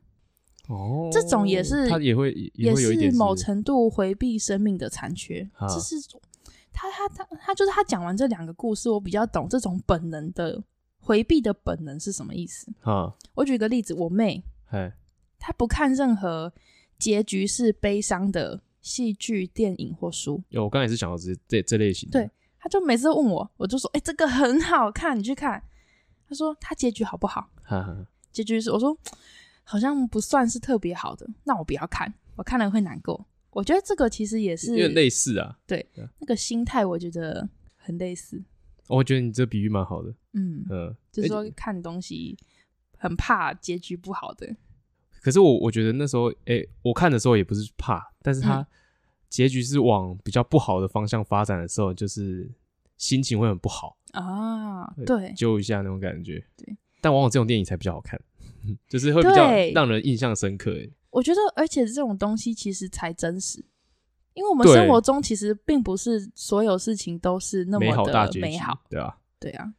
Speaker 1: 哦，
Speaker 2: 这种也是
Speaker 1: 他也会
Speaker 2: 也
Speaker 1: 会有一点
Speaker 2: 是某
Speaker 1: 是
Speaker 2: 程度回避生命的残缺
Speaker 1: 啊。
Speaker 2: 这是他他他他就是他讲完这两个故事，我比较懂这种本能的回避的本能是什么意思。
Speaker 1: 哈，
Speaker 2: 我举个例子，我妹
Speaker 1: 哎，
Speaker 2: 她不看任何结局是悲伤的戏剧、电影或书，
Speaker 1: 有我刚才也是想到这这这类型的，
Speaker 2: 对她就每次都问我，我就说：“哎、这个很好看，你去看。”她说：“她结局好不好？”
Speaker 1: 哈哈，
Speaker 2: 结局是我说好像不算是特别好的，那我不要看，我看了会难过。我觉得这个其实也
Speaker 1: 有点
Speaker 2: 是
Speaker 1: 类似啊。
Speaker 2: 那个心态，我觉得很类似。
Speaker 1: 我觉得你这比喻蛮好的，
Speaker 2: 嗯，
Speaker 1: 嗯，
Speaker 2: 就是
Speaker 1: 而且
Speaker 2: 说看东西很怕结局不好的。
Speaker 1: 可是我我觉得那时候，哎、我看的时候也不是怕，但是
Speaker 2: 嗯
Speaker 1: 它结局是往比较不好的方向发展的时候，就是心情会很不好，
Speaker 2: 啊，对
Speaker 1: 揪一下那种感觉。
Speaker 2: 对，
Speaker 1: 但往往这种电影才比较好看， 就是会比较
Speaker 2: 对
Speaker 1: 让人印象深刻。哎
Speaker 2: 我觉得，而且这种东西其实才真实，因为我们
Speaker 1: 对
Speaker 2: 生活中其实并不是所有事情都是那么
Speaker 1: 美好大
Speaker 2: 的
Speaker 1: 结
Speaker 2: 美
Speaker 1: 局
Speaker 2: 好，，
Speaker 1: 对啊，
Speaker 2: 对啊。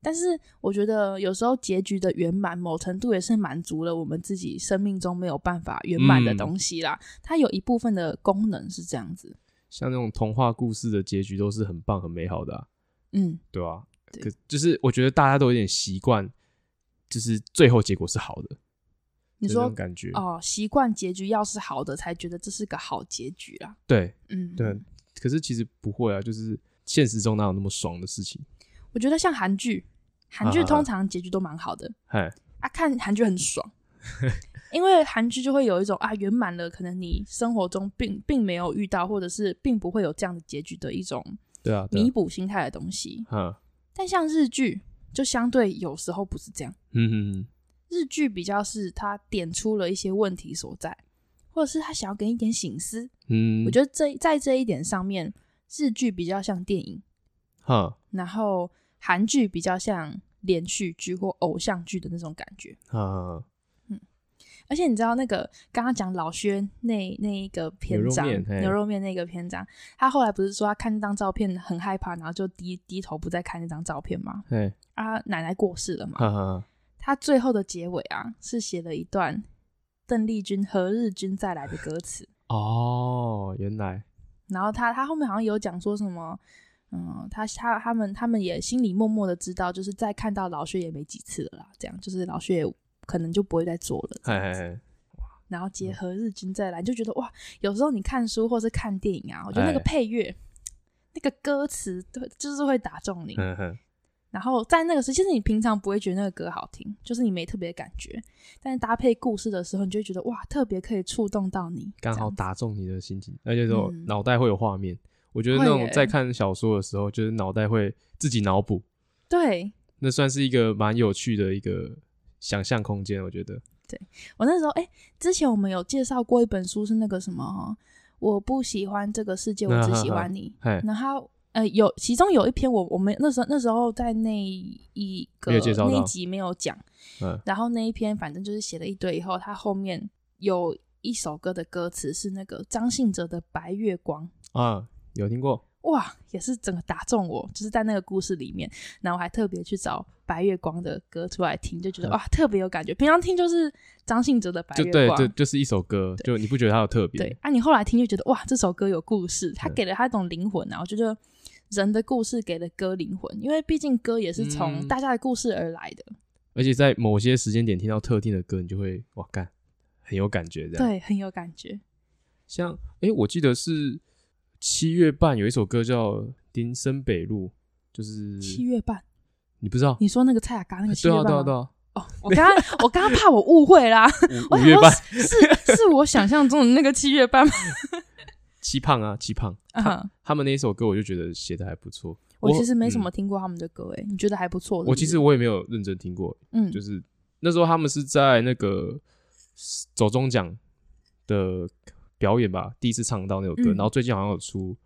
Speaker 2: 但是我觉得有时候结局的圆满，某程度也是满足了我们自己生命中没有办法圆满
Speaker 1: 嗯
Speaker 2: 的东西啦。它有一部分的功能是这样子，
Speaker 1: 像那种童话故事的结局都是很棒、很美好的、啊，
Speaker 2: 嗯，
Speaker 1: 对啊。
Speaker 2: 对
Speaker 1: 可就是我觉得大家都有点习惯，就是最后结果是好的，
Speaker 2: 你
Speaker 1: 就那
Speaker 2: 说
Speaker 1: 种感觉，
Speaker 2: 哦，习惯结局要是好的，才觉得这是个好结局啦。
Speaker 1: 对
Speaker 2: 嗯，
Speaker 1: 对。可是其实不会啊，就是现实中哪有那么爽的事情？
Speaker 2: 我觉得像韩剧，韩剧
Speaker 1: 啊
Speaker 2: 通常结局都蛮好的
Speaker 1: 嗨，
Speaker 2: 啊，看韩剧很爽，因为韩剧就会有一种啊圆满了，可能你生活中并并没有遇到，或者是并不会有这样的结局的一种
Speaker 1: 对啊，对
Speaker 2: 弥补心态的东西。
Speaker 1: 啊，
Speaker 2: 但像日剧，就相对有时候不是这样。
Speaker 1: 嗯嗯嗯，
Speaker 2: 日剧比较是它点出了一些问题所在，或者是他想要给你一点醒思。
Speaker 1: 嗯，
Speaker 2: 我觉得这在这一点上面，日剧比较像电影，
Speaker 1: 哈
Speaker 2: 然后韩剧比较像连续剧或偶像剧的那种感觉。
Speaker 1: 哈，
Speaker 2: 而且你知道那个刚刚讲老薛那那一个篇章
Speaker 1: 牛肉面嘿
Speaker 2: 牛肉面那个篇章，他后来不是说他看那张照片很害怕，然后就低低头不再看那张照片吗？
Speaker 1: 哎，
Speaker 2: 啊，奶奶过世了嘛，
Speaker 1: 哈哈哈，
Speaker 2: 他最后的结尾啊，是写了一段邓丽君“何日君再来”的歌词。
Speaker 1: 哦，原来，
Speaker 2: 然后他他后面好像有讲说什么，嗯，他他他们他们也心里默默的知道，就是再看到老薛也没几次了啦，这样就是老薛也可能就不会再做了。这
Speaker 1: 哎
Speaker 2: 样
Speaker 1: 哎
Speaker 2: 子
Speaker 1: 哎，
Speaker 2: 然后
Speaker 1: 嗯
Speaker 2: 结合日君再来，你就觉得哇，有时候你看书或是看电影啊，我觉得那个
Speaker 1: 哎
Speaker 2: 配乐、那个歌词，对，就是会打中你。
Speaker 1: 嗯哼，
Speaker 2: 然后在那个时候，其实你平常不会觉得那个歌好听，就是你没特别感觉，但是搭配故事的时候，你就会觉得哇，特别可以触动到你，
Speaker 1: 刚好
Speaker 2: 这样子
Speaker 1: 打中你的心情，而且说
Speaker 2: 嗯
Speaker 1: 脑袋会有画面。我觉得那
Speaker 2: 会
Speaker 1: 种
Speaker 2: 耶
Speaker 1: 在看小说的时候，就是脑袋会自己脑补，
Speaker 2: 对
Speaker 1: 那算是一个蛮有趣的一个想象空间。我觉得，
Speaker 2: 我那时候，哎，之前我们有介绍过一本书，是那个什么，我不喜欢这个世界，我只喜欢你。
Speaker 1: 哎，
Speaker 2: 然后呃，有其中有一篇我我们那时候那时候在那一个
Speaker 1: 没有介绍到
Speaker 2: 那一集没有讲，
Speaker 1: 嗯
Speaker 2: 然后那一篇反正就是写了一堆以后，他后面有一首歌的歌词是那个张信哲的《白月光》。
Speaker 1: 啊，有听过？
Speaker 2: 哇，也是整个打中我，就是在那个故事里面，然后我还特别去找白月光的歌出来听，就觉得哇，特别有感觉。平常听就是张信哲的《白
Speaker 1: 嗯就
Speaker 2: 月
Speaker 1: 对，
Speaker 2: 光
Speaker 1: 就》，就是一首歌，就你不觉得它有特别？
Speaker 2: 对，啊，你后来听就觉得哇，这首歌有故事，它给了它一种灵魂啊。我觉得人的故事给了歌灵魂，因为毕竟歌也是从
Speaker 1: 嗯
Speaker 2: 大家的故事而来的，
Speaker 1: 而且在某些时间点听到特定的歌，你就会哇干，很有感觉这样。
Speaker 2: 对，很有感觉。
Speaker 1: 像诶，我记得是七月半有一首歌叫《林森北路》，就是
Speaker 2: 七月半，
Speaker 1: 你不知道？
Speaker 2: 你说那个蔡雅刚那个
Speaker 1: 嗯
Speaker 2: 七
Speaker 1: 对啊
Speaker 2: 月半
Speaker 1: 对啊
Speaker 2: 吗？
Speaker 1: 对啊，
Speaker 2: 哦，我刚刚我刚刚怕我误会啦，
Speaker 1: 五
Speaker 2: 我
Speaker 1: 五
Speaker 2: 想
Speaker 1: 月
Speaker 2: 说
Speaker 1: 半，
Speaker 2: 是是是我想象中的那个七月半吗？
Speaker 1: 七胖啊七胖，
Speaker 2: 嗯
Speaker 1: 他们那一首歌我就觉得写的还不错。
Speaker 2: 我其实没什
Speaker 1: 嗯
Speaker 2: 么听过他们的歌，欸诶，你觉得还不错？是不
Speaker 1: 我其
Speaker 2: 是
Speaker 1: 实我也没有认真听过，
Speaker 2: 嗯，
Speaker 1: 就是那时候他们是在那个走中奖的表演吧，第一次唱到那首歌，
Speaker 2: 嗯
Speaker 1: 然后最近好像有出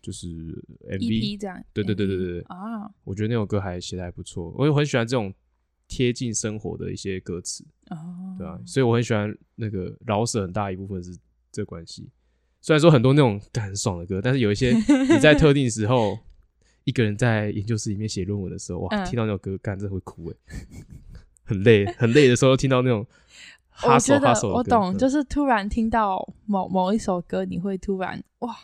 Speaker 1: 就是 MV，
Speaker 2: EP ，E 这样，
Speaker 1: 对对对对对
Speaker 2: MV
Speaker 1: 对
Speaker 2: 啊
Speaker 1: 我觉得那首歌还写的还不错，我也很喜欢这种贴近生活的一些歌词，
Speaker 2: 哦，
Speaker 1: 对啊，所以我很喜欢那个饶舌，很大一部分是这关系。虽然说很多那种干很爽的歌，但是有一些你在特定时 候一个人在研究室里面写论文的时候，哇，欸
Speaker 2: 嗯
Speaker 1: 听到那首歌，干真的会哭哎，很累，很累的时候听到那种
Speaker 2: 我
Speaker 1: hustle
Speaker 2: 觉得
Speaker 1: hustle 的
Speaker 2: 我
Speaker 1: 歌
Speaker 2: 懂，
Speaker 1: 嗯
Speaker 2: 就是突然听到某某一首歌，你会突然哇，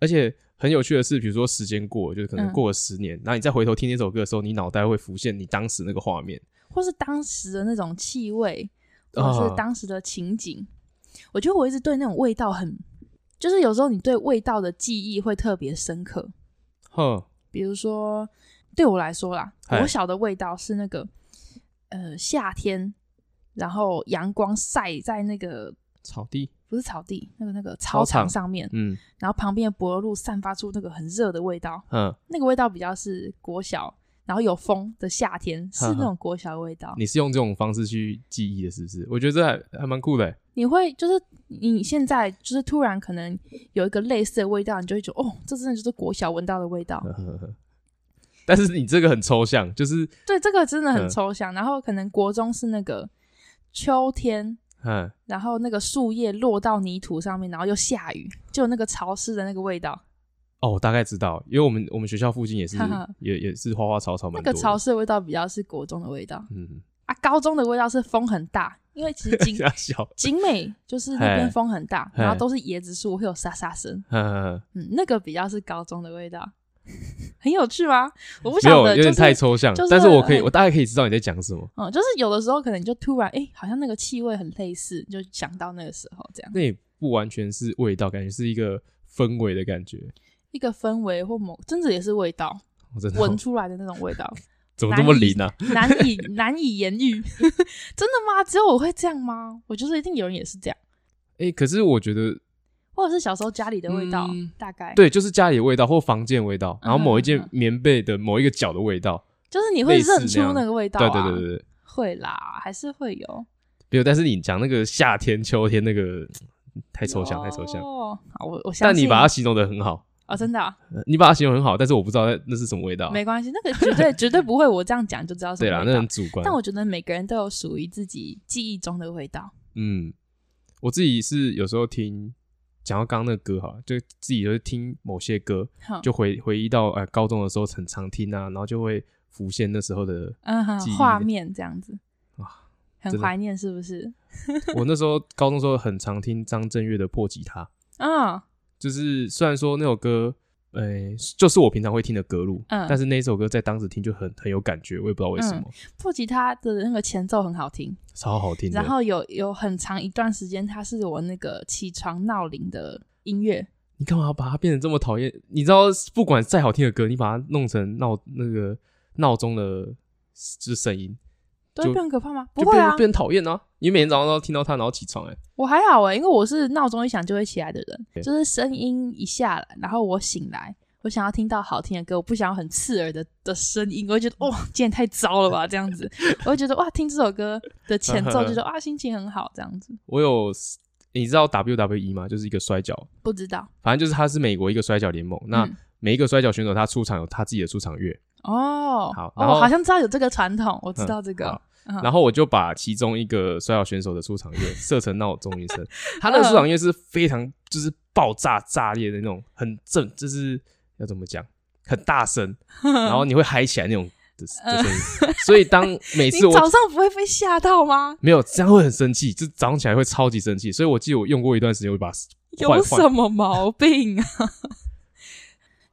Speaker 1: 而且很有趣的是，比如说时间过了，就是可能
Speaker 2: 嗯
Speaker 1: 过了十年，然后你再回头听那首歌的时候，你脑袋会浮现你当时那个画面。
Speaker 2: 或是当时的那种气味，或
Speaker 1: 啊
Speaker 2: 是当时的情景。我觉得我一直对那种味道很，就是有时候你对味道的记忆会特别深刻。
Speaker 1: 哼，
Speaker 2: 比如说，对我来说啦，
Speaker 1: 嗨
Speaker 2: 国小的味道是那个呃夏天，然后阳光晒在那个
Speaker 1: 草地，
Speaker 2: 不是草地，那个那个
Speaker 1: 操
Speaker 2: 操
Speaker 1: 场
Speaker 2: 场上面，
Speaker 1: 嗯
Speaker 2: 然后旁边的柏油路散发出那个很热的味道，
Speaker 1: 嗯，
Speaker 2: 那个味道比较是国小，然后有风的夏天是那种国小的味道。
Speaker 1: 你是用这种方式去记忆的，是不是？我觉得这还还蛮酷的欸。
Speaker 2: 你会就是你现在就是突然可能有一个类似的味道，你就会觉得哦，这真的就是国小闻到的味道。
Speaker 1: 但是你这个很抽象，就是
Speaker 2: 对，这个真的
Speaker 1: 嗯
Speaker 2: 很抽象。然后可能国中是那个秋天，
Speaker 1: 嗯，
Speaker 2: 然后那个树叶落到泥土上面，然后又下雨，就有那个潮湿的那个味道。
Speaker 1: 哦，我大概知道，因为我们我们学校附近也是
Speaker 2: 哈哈
Speaker 1: 也也是花花草草
Speaker 2: 那
Speaker 1: 蛮多
Speaker 2: 个
Speaker 1: 的。
Speaker 2: 潮湿的味道比较是国中的味道
Speaker 1: 嗯，
Speaker 2: 啊，高中的味道是风很大，因为其实 景
Speaker 1: 大小，
Speaker 2: 景美就是那
Speaker 1: 嘿
Speaker 2: 边风很大，
Speaker 1: 嘿
Speaker 2: 然后都是椰子树，会有沙沙声。
Speaker 1: 嗯，
Speaker 2: 嗯，那个比较是高中的味道， 很有趣吗？我不
Speaker 1: 没
Speaker 2: 晓
Speaker 1: 有
Speaker 2: 得，
Speaker 1: 有
Speaker 2: 就
Speaker 1: 点
Speaker 2: 是
Speaker 1: 太抽象，
Speaker 2: 就是
Speaker 1: 但是我可以，
Speaker 2: 很
Speaker 1: 我大概可以知道你在讲什么。
Speaker 2: 嗯，就是有的时候可能就突然哎、诶好像那个气味很类似，就想到那个时候这样
Speaker 1: 那也不完全是味道，感觉是一个氛围的感觉。
Speaker 2: 一个氛围或某真的也是味道
Speaker 1: 我真的
Speaker 2: 闻出来的那种味道，
Speaker 1: 哦怎么这么灵啊？
Speaker 2: 难以难以言喻。 真的吗？只有我会这样吗？我就是一定有人也是这样，
Speaker 1: 哎、可是我觉得
Speaker 2: 或者是小时候家里的味道，
Speaker 1: 嗯
Speaker 2: 大概
Speaker 1: 对，就是家里的味道或房间的味道，然后某一
Speaker 2: 嗯嗯
Speaker 1: 件
Speaker 2: 嗯
Speaker 1: 棉被的某一个角的味道。
Speaker 2: 就是你会
Speaker 1: 类似
Speaker 2: 认出
Speaker 1: 那样
Speaker 2: 那个味道、
Speaker 1: 对
Speaker 2: 啊，
Speaker 1: 对对对对，
Speaker 2: 会啦，还是会有。
Speaker 1: 没有。但是你讲那个夏天、秋天那个嗯太抽象，太抽象。
Speaker 2: 哦，好，我我相
Speaker 1: 但
Speaker 2: 信
Speaker 1: 你把它形容的很好，
Speaker 2: 哦，真的啊、
Speaker 1: 呃你把它形容得很好，但是我不知道那是什么味道。啊
Speaker 2: 没关系，那个绝 对绝对不会，我这样讲就知道是
Speaker 1: 对
Speaker 2: 什
Speaker 1: 啦
Speaker 2: 么，味
Speaker 1: 那
Speaker 2: 道
Speaker 1: 很。主观
Speaker 2: 但。我觉得每个人都有属于自己记忆中的味道。
Speaker 1: 嗯，我自己是有时候听，讲到刚刚那个歌哈，就自己就是听某些歌，
Speaker 2: 哼
Speaker 1: 就回回忆到呃高中的时候很常听啊，然后就会浮现那时候 的。
Speaker 2: 嗯哼
Speaker 1: 记忆，
Speaker 2: 画
Speaker 1: 的
Speaker 2: 面这样子，很
Speaker 1: 真的
Speaker 2: 怀念是不是？
Speaker 1: 我那时候高中时候很常听张震岳的《破吉他》，
Speaker 2: 嗯
Speaker 1: 就是虽然说那首歌，呃、就是我平常会听的歌路，
Speaker 2: 嗯
Speaker 1: 但是那首歌在当时听就很很有感觉，我也不知道为什么，
Speaker 2: 破吉他的那个前奏很好听，
Speaker 1: 超好听的。
Speaker 2: 然后有有很长一段时间，它是我那个起床闹铃的音乐。
Speaker 1: 你干嘛要把它变得这么讨厌？你知道，不管再好听的歌，你把它弄成闹那个闹钟的，就是声音，
Speaker 2: 都
Speaker 1: 就
Speaker 2: 会变很可怕吗？不
Speaker 1: 就
Speaker 2: 会
Speaker 1: 变
Speaker 2: 啊，
Speaker 1: 变讨厌啊！你每天早上都听到它，然后起床、欸，
Speaker 2: 我还好哎、因为我是闹钟一响就会起来的
Speaker 1: 对
Speaker 2: 人，就是声音一下来，然后我醒来，我想要听到好听的歌，我不想要很刺耳的的声音，我会觉得哇，今天太糟了吧，这 样子，我会觉得哇，听这首歌的前
Speaker 1: 嗯
Speaker 2: 奏就觉得哇，心情很好，这样子。
Speaker 1: 我有，你知道 WWE 吗？就是一个摔跤，
Speaker 2: 不知道
Speaker 1: 反正就是它是美国一个摔跤联盟。那
Speaker 2: 嗯
Speaker 1: 每一个摔跤选手，他出场有他自己的出场乐，
Speaker 2: 哦，
Speaker 1: 好然
Speaker 2: 哦，
Speaker 1: 后
Speaker 2: 我好像知道有这个传统，我知道这
Speaker 1: 嗯好
Speaker 2: 个，嗯
Speaker 1: 然后我就把其中一个摔跤选手的出场乐设成闹钟音声，他那个出场乐是非常就是爆炸炸裂的那种，很正，就是要怎么讲，很大声，然后你会嗨起来那种的的声音。所以当每
Speaker 2: 你
Speaker 1: 次
Speaker 2: 早
Speaker 1: 我
Speaker 2: 上不会被吓到吗？
Speaker 1: 没有这样会很生气，就早上起来会超级生气。所以我记得我用过一段时间，我就把它换
Speaker 2: 有什
Speaker 1: 换
Speaker 2: 么毛病啊？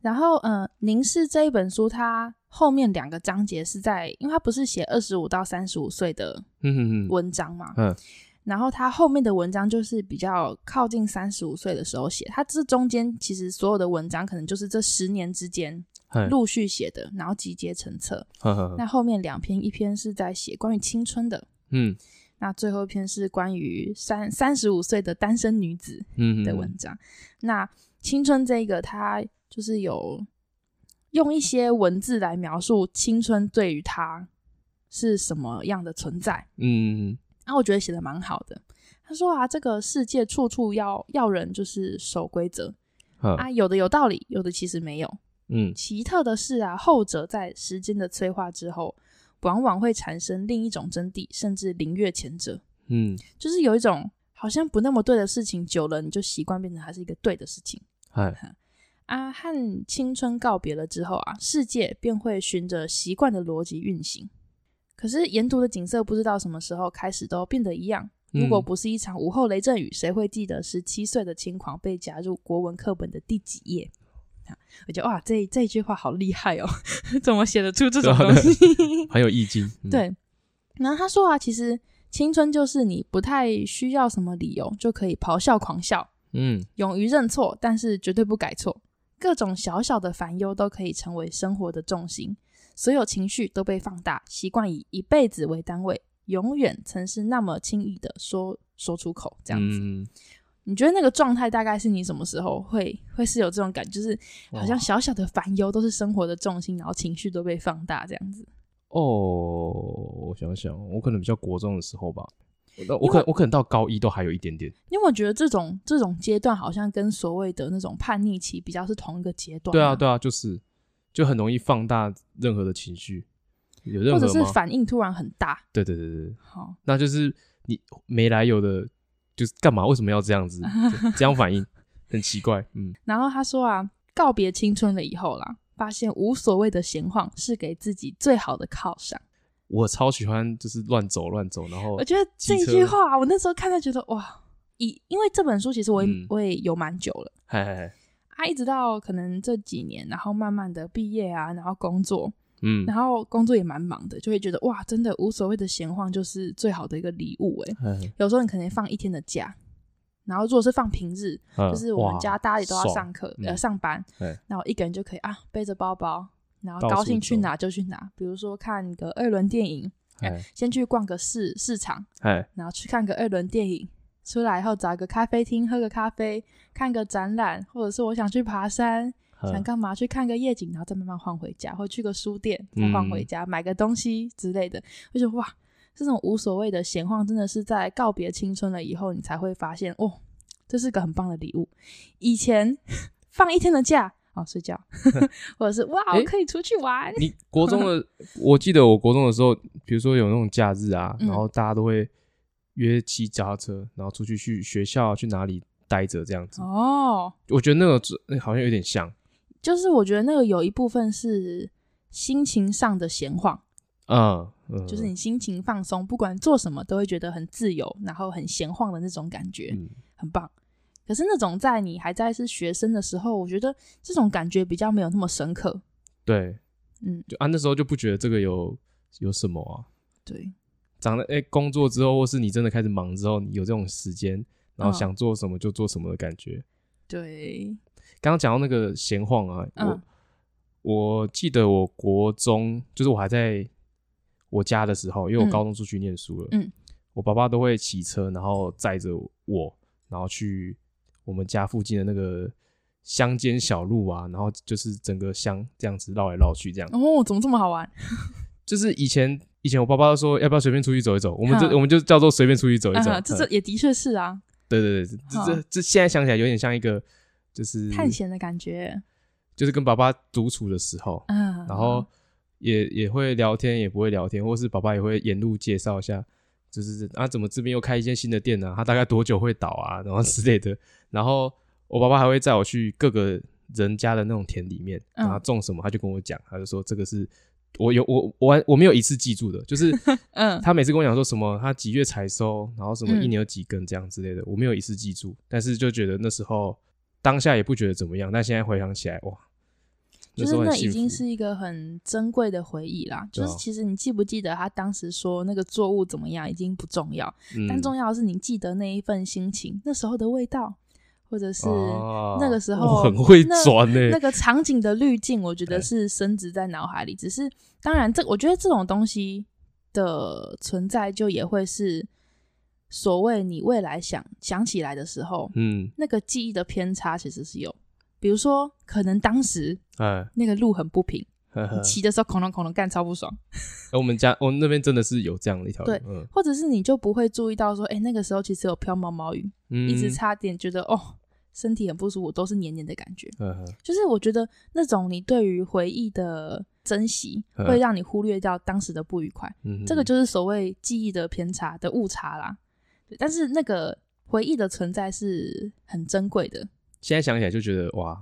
Speaker 2: 然后，嗯、呃，凝视这一本书，它后面两个章节是在，因为它不是写二十五到三十五岁的
Speaker 1: 嗯嗯嗯
Speaker 2: 文章嘛，
Speaker 1: 嗯
Speaker 2: 然后它后面的文章就是比较靠近三十五岁的时候写，它这中间其实所有的文章可能就是这十年之间
Speaker 1: 嗨
Speaker 2: 陆续写的，然后集结成册。
Speaker 1: 呵呵呵
Speaker 2: 那后面两篇，一篇是在写关于青春的，
Speaker 1: 嗯
Speaker 2: 那最后一篇是关于三三十五岁的单身女子。
Speaker 1: 嗯嗯
Speaker 2: 的文章。那青春这个，它就是有用一些文字来描述青春对于他是什么样的存在。
Speaker 1: 嗯嗯
Speaker 2: 那、我觉得写的蛮好的。他说啊，这个世界处处要要人就是守规则
Speaker 1: 嗯
Speaker 2: 啊，有的有道理，有的其实没有。
Speaker 1: 嗯
Speaker 2: 奇特的是啊，后者在时间的催化之后，往往会产生另一种真谛，甚至凌越前者。
Speaker 1: 嗯
Speaker 2: 就是有一种好像不那么对的事情，久了你就习惯变成它是一个对的事情。
Speaker 1: 嗨
Speaker 2: 啊，和青春告别了之后啊，世界便会循着习惯的逻辑运行。可是沿途的景色不知道什么时候开始都变得一样，如
Speaker 1: 嗯
Speaker 2: 果不是一场午后雷阵雨，谁会记得十七岁的轻狂被夹入国文课本的第几页？啊我觉得哇，这这一句话好厉害哦， 怎么写得出这种东西？
Speaker 1: 很有意境。嗯，
Speaker 2: 对，然后他说啊，其实青春就是你不太需要什么理由就可以咆哮狂笑，
Speaker 1: 嗯，
Speaker 2: 勇于认错，但是绝对不改错。各种小小的烦忧都可以成为生活的重心，所有情绪都被放大，习惯以一辈子为单位，永远曾是那么轻易的说说出口，这样子。
Speaker 1: 嗯
Speaker 2: 你觉得那个状态大概是你什么时候会会是有这种感觉，就是好像
Speaker 1: 哇
Speaker 2: 小小的烦忧都是生活的重心，然后情绪都被放大这样子。
Speaker 1: 哦，我想想，我可能比较国中的时候吧，我我可能我可能到高一都还有一点点。
Speaker 2: 因为我觉得这种这种阶段好像跟所谓的那种叛逆期比较是同一个阶段、
Speaker 1: 对啊，对啊，就是就很容易放大任何的情绪，有任
Speaker 2: 或者
Speaker 1: 何
Speaker 2: 是
Speaker 1: 吗？
Speaker 2: 反应突然很大，
Speaker 1: 对对对对，对
Speaker 2: 好、
Speaker 1: 那就是你没来由的，就是干嘛？为什么要这样子？就这样反应 很奇怪。嗯，
Speaker 2: 然后他说啊，告别青春了以后啦，发现无所谓的闲晃是给自己最好的犒赏。
Speaker 1: 我超喜欢就是乱走乱走，然后
Speaker 2: 我觉得这
Speaker 1: 机车
Speaker 2: 句话啊，我那时候看到觉得哇，以因为这本书其实我也、
Speaker 1: 嗯
Speaker 2: 我也有蛮久了
Speaker 1: 嗨嗨嗨，
Speaker 2: 啊，一直到可能这几年，然后慢慢的毕业啊，然后工作，
Speaker 1: 嗯，
Speaker 2: 然后工作也蛮忙的，就会觉得哇，真的无所谓的闲晃就是最好的一个礼物诶、
Speaker 1: 嗨嗨
Speaker 2: 有时候你可能放一天的假。然后，如果是放平日，
Speaker 1: 嗯
Speaker 2: 就是我
Speaker 1: 哇
Speaker 2: 们家大家也都要
Speaker 1: 爽
Speaker 2: 上课、
Speaker 1: 嗯
Speaker 2: 呃上班
Speaker 1: 对，
Speaker 2: 那我一个人就可以啊背着包包，然后
Speaker 1: 到处
Speaker 2: 高兴去
Speaker 1: 走
Speaker 2: 哪就去哪，比如说看个二轮电影，
Speaker 1: 嗨
Speaker 2: 先去逛个市市场，
Speaker 1: 嗨，
Speaker 2: 然后去看个二轮电影，出来以后找一个咖啡厅喝个咖啡，看个展览，或者是我想去爬山，想
Speaker 1: 嗯
Speaker 2: 干嘛去看个夜景，然后再慢慢换回家，或去个书店再换
Speaker 1: 嗯
Speaker 2: 回家、买个东西之类的。我就觉得哇，这种无所谓的闲晃，真的是在告别青春了以后，你才会发现哦，这是个很棒的礼物。以前 放一天的假。哦，睡觉，或者是哇，我
Speaker 1: 诶
Speaker 2: 可以出去玩。
Speaker 1: 你国中 的，我记得我国中的时候，比如说有那种假日啊，
Speaker 2: 嗯
Speaker 1: 然后大家都会约骑脚踏车，然后出去去学校啊去哪里待着这样子。
Speaker 2: 哦，
Speaker 1: 我觉得那个那好像有点像，
Speaker 2: 就是我觉得那个有一部分是心情上的闲晃，
Speaker 1: 嗯嗯，
Speaker 2: 就是你心情放松，不管做什么都会觉得很自由，然后很闲晃的那种感觉，
Speaker 1: 嗯
Speaker 2: 很棒。可是那种在你还在是学生的时候，我觉得这种感觉比较没有那么深刻。
Speaker 1: 对，
Speaker 2: 嗯，
Speaker 1: 就啊那时候就不觉得这个有有什么啊。
Speaker 2: 对，
Speaker 1: 长了哎、工作之后，或是你真的开始忙之后，你有这种时间，然后
Speaker 2: 嗯
Speaker 1: 想做什么就做什么的感觉。
Speaker 2: 对，
Speaker 1: 刚刚讲到那个闲晃啊，
Speaker 2: 嗯
Speaker 1: 我我记得我国中就是我还在我家的时候，因为我
Speaker 2: 嗯
Speaker 1: 高中出去念书了，
Speaker 2: 嗯，
Speaker 1: 我爸爸都会骑车，然后载着我，然后去我们家附近的那个乡间小路啊，然后就是整个乡这样子绕来绕去，这样、
Speaker 2: 哦，怎么这么好玩？
Speaker 1: 就是以前。以前我爸爸都说要不要随便出去走一走，我们这
Speaker 2: 嗯
Speaker 1: 我们就叫做随便出去走一走。
Speaker 2: 啊， 这
Speaker 1: 嗯
Speaker 2: 这也的确是啊，
Speaker 1: 对对对，这这
Speaker 2: 好
Speaker 1: 这现在想起来有点像一个就是
Speaker 2: 探险的感觉。
Speaker 1: 就是跟爸爸独处的时候，
Speaker 2: 嗯，
Speaker 1: 然后也也会聊天，也不会聊天，或是爸爸也会沿路介绍一下，就是啊，怎么这边又开一间新的店呢、他大概多久会倒啊，然后之类的。然后我爸爸还会载我去各个人家的那种田里面，
Speaker 2: 嗯
Speaker 1: 然后种什么，他就跟我讲，他就说这个是。我有我我我没有一次记住的，就是
Speaker 2: 嗯
Speaker 1: 他每次跟我讲说什么他几月采收，然后什么
Speaker 2: 嗯
Speaker 1: 一年有几根这样之类的，我没有一次记住，但是就觉得那时候当下也不觉得怎么样，但现在回想起来哇，
Speaker 2: 就
Speaker 1: 时
Speaker 2: 是
Speaker 1: 候很
Speaker 2: 那已
Speaker 1: 幸
Speaker 2: 经
Speaker 1: 福
Speaker 2: 是一个很珍贵的回忆啦。
Speaker 1: 对
Speaker 2: 就
Speaker 1: 啊
Speaker 2: 是其实你记不记得他当时说那个作物怎么样已经不重要，
Speaker 1: 嗯
Speaker 2: 但重要的是你记得那一份心情，那时候的味道，或者是
Speaker 1: 哦
Speaker 2: 那个时候
Speaker 1: 我很会
Speaker 2: 那
Speaker 1: 转欸呢、
Speaker 2: 那个场景的滤镜，我觉得
Speaker 1: 对
Speaker 2: 是深植在脑海里。只是当然这，我觉得这种东西的存在，就也会是所谓你未来想想起来的时候，
Speaker 1: 嗯，
Speaker 2: 那个记忆的偏差其实是有。比如说，可能当时
Speaker 1: 哎，
Speaker 2: 那个路很不平，
Speaker 1: 呵呵
Speaker 2: 你骑的时候恐龙恐龙干超不爽。
Speaker 1: 我们家我们那边真的是有这样的一条路
Speaker 2: 对，
Speaker 1: 嗯
Speaker 2: 或者是你就不会注意到说，哎、那个时候其实有飘毛毛雨，
Speaker 1: 嗯，
Speaker 2: 一直差点觉得哦，身体很不舒服，都是黏黏的感觉。
Speaker 1: 呵呵，
Speaker 2: 就是我觉得那种你对于回忆的珍惜，
Speaker 1: 嗯
Speaker 2: 会让你忽略掉当时的不愉快，
Speaker 1: 嗯，
Speaker 2: 这个就是所谓记忆的偏差的误差啦。对但是那个回忆的存在是很珍贵的，
Speaker 1: 现在想起来就觉得哇，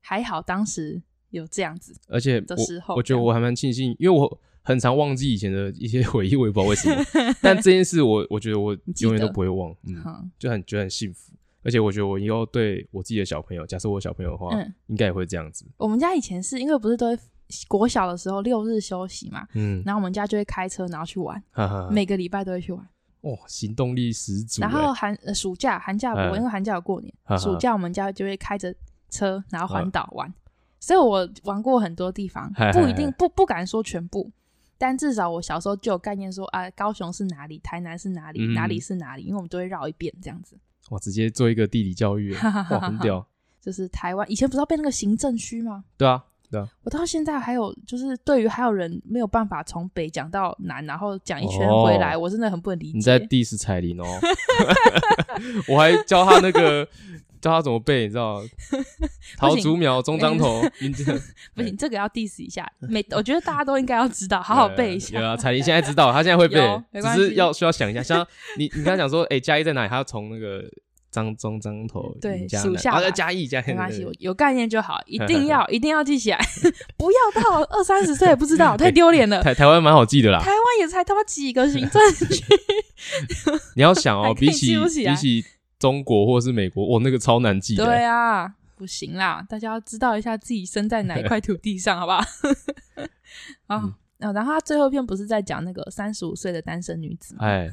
Speaker 2: 还好当时有这样子。
Speaker 1: 而且
Speaker 2: 的时
Speaker 1: 我
Speaker 2: 候
Speaker 1: 我觉
Speaker 2: 这
Speaker 1: 得
Speaker 2: 样
Speaker 1: 我还蛮庆幸，因为我很常忘记以前的一些回忆，我也不知道为什 么。但这件事我，我觉得我
Speaker 2: 记
Speaker 1: 永远都
Speaker 2: 得
Speaker 1: 不会忘，嗯，
Speaker 2: 好，
Speaker 1: 就很觉得很幸福。而且我觉得我以后对我自己的小朋友，假设我有小朋友的话，
Speaker 2: 嗯
Speaker 1: 应该也会这样子。
Speaker 2: 我们家以前是因为不是都会国小的时候六日休息嘛，
Speaker 1: 嗯，
Speaker 2: 然后我们家就会开车，然后去玩，
Speaker 1: 哈哈哈，
Speaker 2: 每个礼拜都会去玩。
Speaker 1: 哇、行动力十足、欸。
Speaker 2: 然后寒、呃、暑假寒假不
Speaker 1: 嗯
Speaker 2: 会，因为寒假有过年
Speaker 1: 哈，哈啊
Speaker 2: 暑假我们家就会开着车，然后环岛玩。所以我玩过很多地方
Speaker 1: 嗨，
Speaker 2: 不
Speaker 1: 嗨
Speaker 2: 一定
Speaker 1: 嗨
Speaker 2: 不不敢说全部，但至少我小时候就有概念说啊，高雄是哪里，台南是哪里，
Speaker 1: 嗯
Speaker 2: 哪里是哪里，因为我们都会绕一遍这样子。
Speaker 1: 哇，直接做一个地理教育欸，
Speaker 2: 哈哈哈
Speaker 1: 哇，很屌。
Speaker 2: 就是台湾以前不是要被那个行政区吗？
Speaker 1: 对啊，对啊，
Speaker 2: 我到现在还有，就是对于还有人没有办法从北讲到南，然后讲一圈回来，
Speaker 1: 哦
Speaker 2: 我真的很不能理解。
Speaker 1: 你在 diss 彩铃哦， 我还教他那 个教他怎么背，你知道吗？桃竹苗、中张 头，云这
Speaker 2: 不行，这个要 diss 一下。每我觉得大家都应该要知道，好好背 一下。
Speaker 1: 有啊，彩铃现在知道，他现在会背
Speaker 2: 有，没关
Speaker 1: 只
Speaker 2: 系
Speaker 1: 是要需要想一下。像你你刚才讲说，哎，嘉义在哪里？他要从那个张中张头
Speaker 2: 对
Speaker 1: 云嘉
Speaker 2: 属
Speaker 1: 南
Speaker 2: 下
Speaker 1: 啊，
Speaker 2: 吧
Speaker 1: 要嘉义嘉义，
Speaker 2: 没关系，
Speaker 1: 对
Speaker 2: 我有概念就好，一定要一定要记起来， 不要到二三十岁也不知道，太丢脸了。
Speaker 1: 台台湾蛮好记的啦
Speaker 2: 台。湾也才他妈几个行政区，
Speaker 1: 你要想
Speaker 2: 还
Speaker 1: 哦，
Speaker 2: 可以
Speaker 1: 比
Speaker 2: 记
Speaker 1: 起
Speaker 2: 不起来
Speaker 1: 比起中国或是美国，哇，那个超难记的。
Speaker 2: 对啊，不行啦，大家要知道一下自己身在哪一块土地上，好不好？ 啊、啊然后他最后一篇不是在讲那个三十五岁的单身女子吗？
Speaker 1: 哎，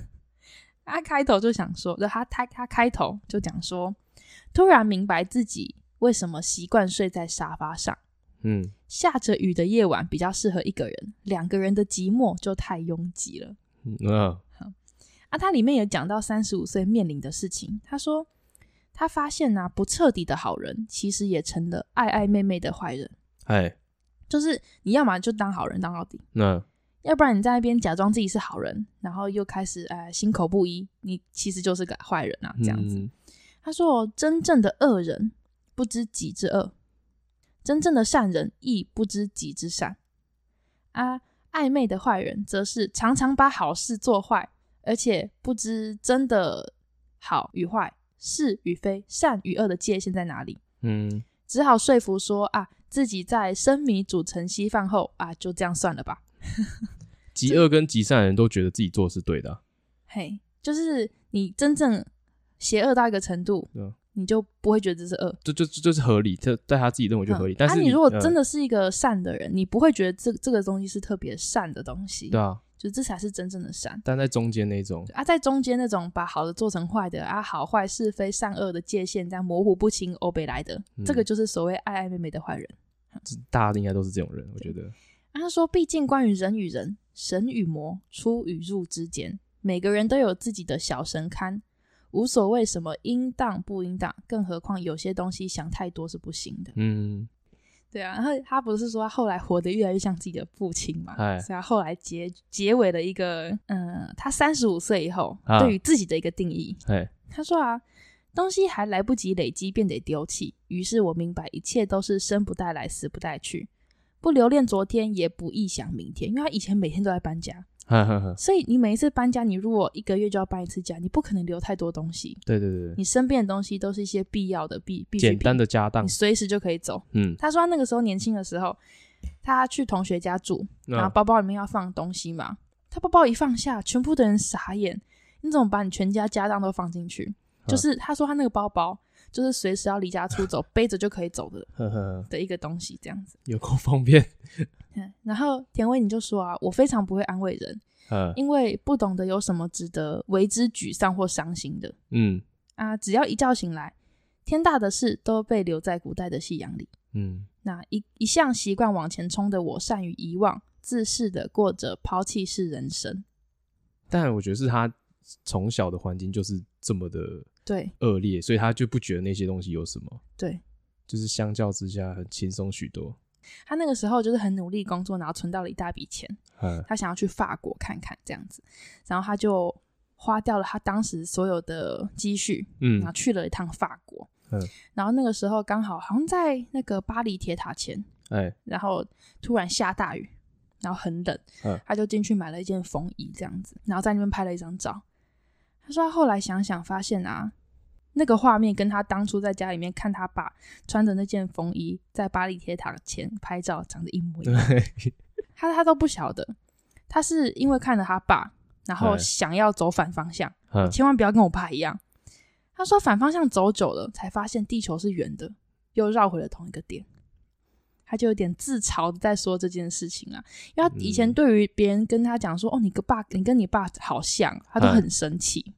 Speaker 2: 他开头就想说，就他他他开头就讲说，突然明白自己为什么习惯睡在沙发上。
Speaker 1: 嗯，
Speaker 2: 下着雨的夜晚比较适合一个人，两个人的寂寞就太拥挤了。
Speaker 1: 嗯嗯
Speaker 2: 啊，他里面也讲到三十五岁面临的事情，他说他发现呐、不彻底的好人其实也成了爱爱妹妹的坏人，
Speaker 1: 哎，
Speaker 2: 就是你要么就当好人当到底，
Speaker 1: 那
Speaker 2: 要不然你在那边假装自己是好人，然后又开始呃心口不一，你其实就是个坏人啊，这样子。
Speaker 1: 嗯
Speaker 2: 他说：“真正的恶人不知己之恶，真正的善人亦不知己之善。啊，暧昧的坏人则是常常把好事做坏，而且不知真的好与坏、是与非、善与恶的界限在哪里，
Speaker 1: 嗯，
Speaker 2: 只好说服说啊，自己在生米煮成稀饭后啊，就这样算了吧。
Speaker 1: 极恶跟极善的人都觉得自己做的是对的啊、
Speaker 2: 嘿，就是你真正邪恶到一个程度
Speaker 1: 对啊，
Speaker 2: 你就不会觉得这是恶。”
Speaker 1: 这就就就是合理，这在他自己认为就合理。
Speaker 2: 嗯
Speaker 1: 但是呃
Speaker 2: 啊、你如果真
Speaker 1: 的、
Speaker 2: 的是一个善的人，你不会觉得这这个东西是特别善的东西，
Speaker 1: 对啊，
Speaker 2: 就这才是真正的善。
Speaker 1: 但在中间那种，
Speaker 2: 啊，在中间那种把好的做成坏的啊，好坏是非善恶的界限这样模糊不清、欧北来的，
Speaker 1: 嗯
Speaker 2: 这个就是所谓爱爱妹妹的坏人。
Speaker 1: 大家应该都是这种人，我觉得
Speaker 2: 啊、他说，毕竟关于人与人、神与魔、出与入之间，每个人都有自己的小神龛，无所谓什么应当不应当，更何况有些东西想太多是不行的。
Speaker 1: 嗯，
Speaker 2: 对啊，然后他不是说他后来活得越来越像自己的父亲嘛
Speaker 1: 哎，
Speaker 2: 所以他后来结结尾了一个，嗯，他三十五岁以后、
Speaker 1: 啊
Speaker 2: 对于自己的一个定义。
Speaker 1: 哎，
Speaker 2: 他说啊，东西还来不及累积便得丢弃，于是我明白一切都是生不带来，死不带去，不留恋昨天，也不臆想明天，因为他以前每天都在搬家，
Speaker 1: 哈哈哈，
Speaker 2: 所以你每一次搬家，你如果一个月就要搬一次家，你不可能留太多东西，
Speaker 1: 对对对对，
Speaker 2: 你身边的东西都是一些必要的必必需
Speaker 1: 简
Speaker 2: 品，
Speaker 1: 单的家当
Speaker 2: 你，随时就可以走。
Speaker 1: 嗯，
Speaker 2: 他说他那个时候年轻的时候，他去同学家住，然后
Speaker 1: 那
Speaker 2: 包包里面要放东西嘛，他包包一放下，全部的人傻眼，你怎么把你全家家当都放进去？就是他说他那个包包就是随时要离家出走，背着就可以走的
Speaker 1: 呵呵呵，
Speaker 2: 的一个东西这样子。
Speaker 1: 有够方便，
Speaker 2: 嗯然后田薇你就说啊，我非常不会安慰人，
Speaker 1: 呃，
Speaker 2: 因为不懂得有什么值得为之沮丧或伤心的
Speaker 1: 嗯
Speaker 2: 啊，只要一觉醒来，天大的事都被留在古代的夕阳里。
Speaker 1: 嗯，
Speaker 2: 那一一向习惯往前冲的我，善于遗忘，自恃的过着抛弃式人生。
Speaker 1: 但我觉得是他从小的环境就是这么的
Speaker 2: 对
Speaker 1: 恶劣，所以他就不觉得那些东西有什么，
Speaker 2: 对，
Speaker 1: 就是相较之下很轻松许多，
Speaker 2: 他那个时候就是很努力工作，然后存到了一大笔钱，
Speaker 1: 嗯，
Speaker 2: 他想要去法国看看这样子，然后他就花掉了他当时所有的积蓄，
Speaker 1: 嗯
Speaker 2: 然后去了一趟法国。
Speaker 1: 嗯，
Speaker 2: 然后那个时候刚好好像在那个巴黎铁塔前，
Speaker 1: 哎，
Speaker 2: 然后突然下大雨，然后很冷，
Speaker 1: 嗯
Speaker 2: 他就进去买了一件风衣这样子，然后在那边拍了一张照。他说他后来想想发现啊，那个画面跟他当初在家里面看他爸穿着那件风衣在巴黎铁塔前拍照长得一模一样，
Speaker 1: 对，
Speaker 2: 他他都不晓得。他是因为看了他爸，然后
Speaker 1: 哎
Speaker 2: 想要走反方向，
Speaker 1: 嗯，
Speaker 2: 千万不要跟我爸一样。他说反方向走久了，才发现地球是圆的，又绕回了同一个点。他就有点自嘲的在说这件事情啊，因为他以前
Speaker 1: 嗯
Speaker 2: 对于别人跟他讲说、哦，你跟爸，你跟你爸好像，他都
Speaker 1: 哎
Speaker 2: 很生气。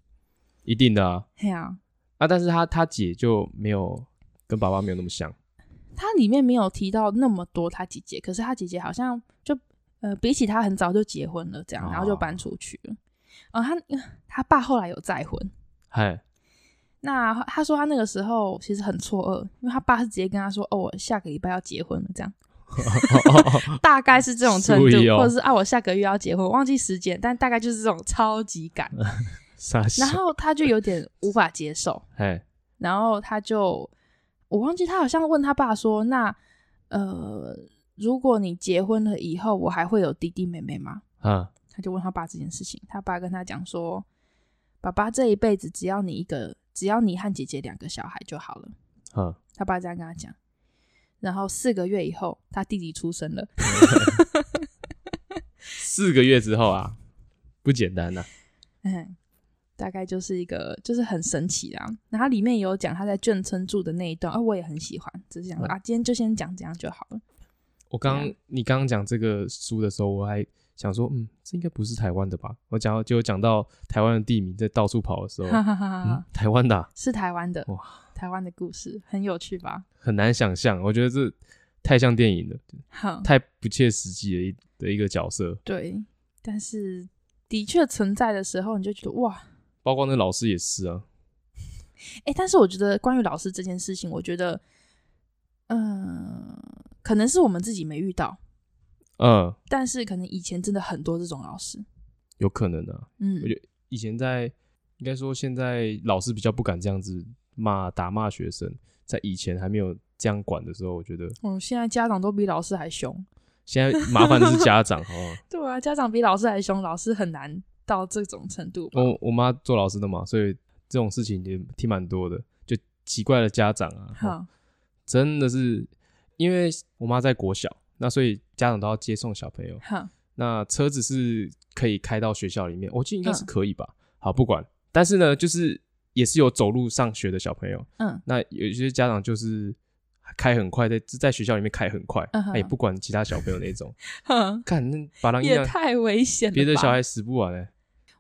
Speaker 1: 一定的啊
Speaker 2: 嘿啊，
Speaker 1: 啊！但是他他姐就没有跟爸爸没有那么像，
Speaker 2: 他里面没有提到那么多他姐姐，可是他姐姐好像就呃，比起他很早就结婚了，这样，
Speaker 1: 哦
Speaker 2: 然后就搬出去了。哦，他他爸后来有再婚。
Speaker 1: 嗨，
Speaker 2: 那他说他那个时候其实很错愕，因为他爸是直接跟他说：“哦，我下个礼拜要结婚了。”这样大概是这种程
Speaker 1: 所
Speaker 2: 度，
Speaker 1: 以哦
Speaker 2: 或者是啊，我下个月要结婚，我忘记时间，但大概就是这种超级赶。
Speaker 1: 傻笑
Speaker 2: 然，后他就有点无法接受，
Speaker 1: 哎，
Speaker 2: 然后他就我忘记他好像问他爸说：“那呃，如果你结婚了以后，我还会有弟弟妹妹吗
Speaker 1: 啊，？”
Speaker 2: 他就问他爸这件事情，他爸跟他讲说：“爸爸这一辈子只要你一个，只要你和姐姐两个小孩就好了。
Speaker 1: 嗯，”
Speaker 2: 他爸这样跟他讲。然后四个月以后，他弟弟出生了。
Speaker 1: 四个月之后啊，不简单呐、
Speaker 2: 嗯，大概就是一个，就是很神奇啦。然后它里面有讲他在眷村住的那一段，啊，我也很喜欢。只是想说
Speaker 1: 嗯
Speaker 2: 啊，今天就先讲这样就好了。
Speaker 1: 我刚、
Speaker 2: 对
Speaker 1: 你刚刚讲这个书的时候，我还想说，嗯，这应该不是台湾的吧？我讲到结果讲到台湾的地名，在到处跑的时候，
Speaker 2: 哈哈哈哈哈
Speaker 1: 嗯，台湾的啊、
Speaker 2: 是台湾的
Speaker 1: 哇，
Speaker 2: 台湾的故事很有趣吧？
Speaker 1: 很难想象，我觉得这太像电影了，
Speaker 2: 好，
Speaker 1: 太不切实际的一的一个角色。
Speaker 2: 对，但是的确存在的时候，你就觉得哇，
Speaker 1: 包括那老师也是啊，
Speaker 2: 哎、但是我觉得关于老师这件事情，我觉得，嗯、可能是我们自己没遇到，
Speaker 1: 嗯，
Speaker 2: 但是可能以前真的很多这种老师，
Speaker 1: 有可能啊。
Speaker 2: 嗯
Speaker 1: 我觉以前在应该说现在老师比较不敢这样子骂打骂学生，在以前还没有这样管的时候，我觉得
Speaker 2: 嗯，现在家长都比老师还凶，
Speaker 1: 现在麻烦的是家长，好 哦不好？
Speaker 2: 对啊，家长比老师还凶，老师很难到这种程度吧。
Speaker 1: 我我妈做老师的嘛，所以这种事情也挺蛮多的，就奇怪的家长啊，
Speaker 2: 好、
Speaker 1: 真的是因为我妈在国小，那所以家长都要接送小朋友，
Speaker 2: 好，
Speaker 1: 那车子是可以开到学校里面，我记得应该是
Speaker 2: 嗯
Speaker 1: 可以吧。好，不管，但是呢，就是也是有走路上学的小朋友，
Speaker 2: 嗯，
Speaker 1: 那有些家长就是开很快，在在学校里面开很快，
Speaker 2: 嗯
Speaker 1: 那、
Speaker 2: 哼
Speaker 1: 也不管其他小朋友那种，
Speaker 2: 哼
Speaker 1: 看那把狼一
Speaker 2: 也
Speaker 1: 样，
Speaker 2: 太危险了吧。
Speaker 1: 啊别的小孩死不完哎、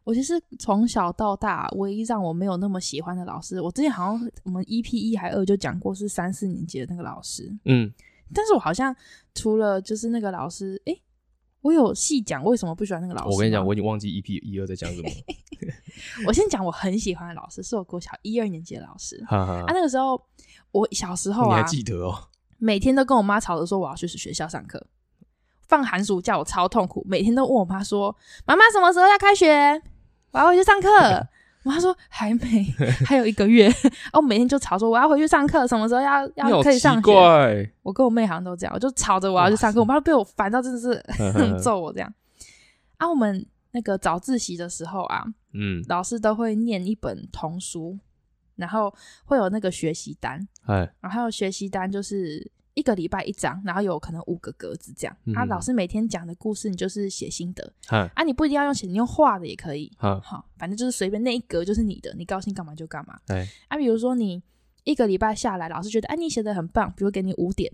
Speaker 2: 我其实从小到大，唯一让我没有那么喜欢的老师，我之前好像我们 EP 一还二就讲过是三四年级的那个老师，
Speaker 1: 嗯，
Speaker 2: 但是我好像除了就是那个老师，诶，我有细讲为什么不喜欢那个老师吗。
Speaker 1: 我跟你讲，我已经忘记 EP 一二在讲什 么了，
Speaker 2: 我先讲我很喜欢的老师，是我国小一二年级的老师。
Speaker 1: 哈哈
Speaker 2: 啊，。那个时候我小时候
Speaker 1: 你还
Speaker 2: 啊，
Speaker 1: 记得哦？
Speaker 2: 每天都跟我妈吵着说我要去学校上课。放寒暑假我超痛苦，每天都问我妈说：“妈妈什么时候要开学？我要回去 上课。”我妈说：“还没，还有一个月。”哦，每天就吵说我要回去上课，什么时候要
Speaker 1: 你
Speaker 2: 要
Speaker 1: 好
Speaker 2: 可以上
Speaker 1: 奇
Speaker 2: 学？
Speaker 1: 怪，
Speaker 2: 我跟我妹好像都这样，我就吵着我要去上课，我妈都被我烦到真的是 揍我这样。啊，我们那个早自习的时候啊，
Speaker 1: 嗯，
Speaker 2: 老师都会念一本童书，然后会有那个学习单，
Speaker 1: 哎，
Speaker 2: 然后学习单就是一个礼拜一张，然后有可能五个格子这样。
Speaker 1: 嗯
Speaker 2: 啊，老师每天讲的故事，你就是写心得
Speaker 1: 嗨，
Speaker 2: 啊，你不一定要用写，你用画的也可以。
Speaker 1: 哈，
Speaker 2: 好，反正就是随便那一格就是你的，你高兴干嘛就干嘛。
Speaker 1: 哎，
Speaker 2: 啊，比如说你一个礼拜下来，老师觉得哎、你写的很棒，比如给你五点，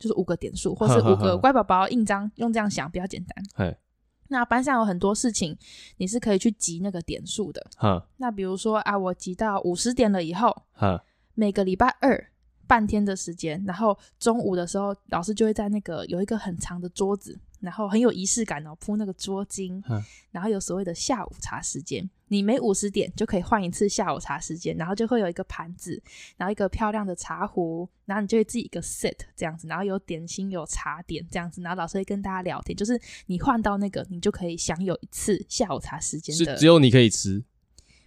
Speaker 2: 就是五个点数，或是五个乖宝宝印章，用这样想比较简单。
Speaker 1: 嗨，
Speaker 2: 那班上有很多事情，你是可以去集那个点数的。
Speaker 1: 哈，
Speaker 2: 那比如说啊，我集到五十点了以后，
Speaker 1: 哈，
Speaker 2: 每个礼拜二半天的时间，然后中午的时候，老师就会在那个有一个很长的桌子，然后很有仪式感哦，铺那个桌巾
Speaker 1: 嗯，
Speaker 2: 然后有所谓的下午茶时间，你每五十点就可以换一次下午茶时间，然后就会有一个盘子，然后一个漂亮的茶壶，然后你就会自己一个 set 这样子，然后有点心有茶点这样子，然后老师会跟大家聊天，就是你换到那个，你就可以享有一次下午茶时间
Speaker 1: 是
Speaker 2: 的
Speaker 1: 只，有你可以吃，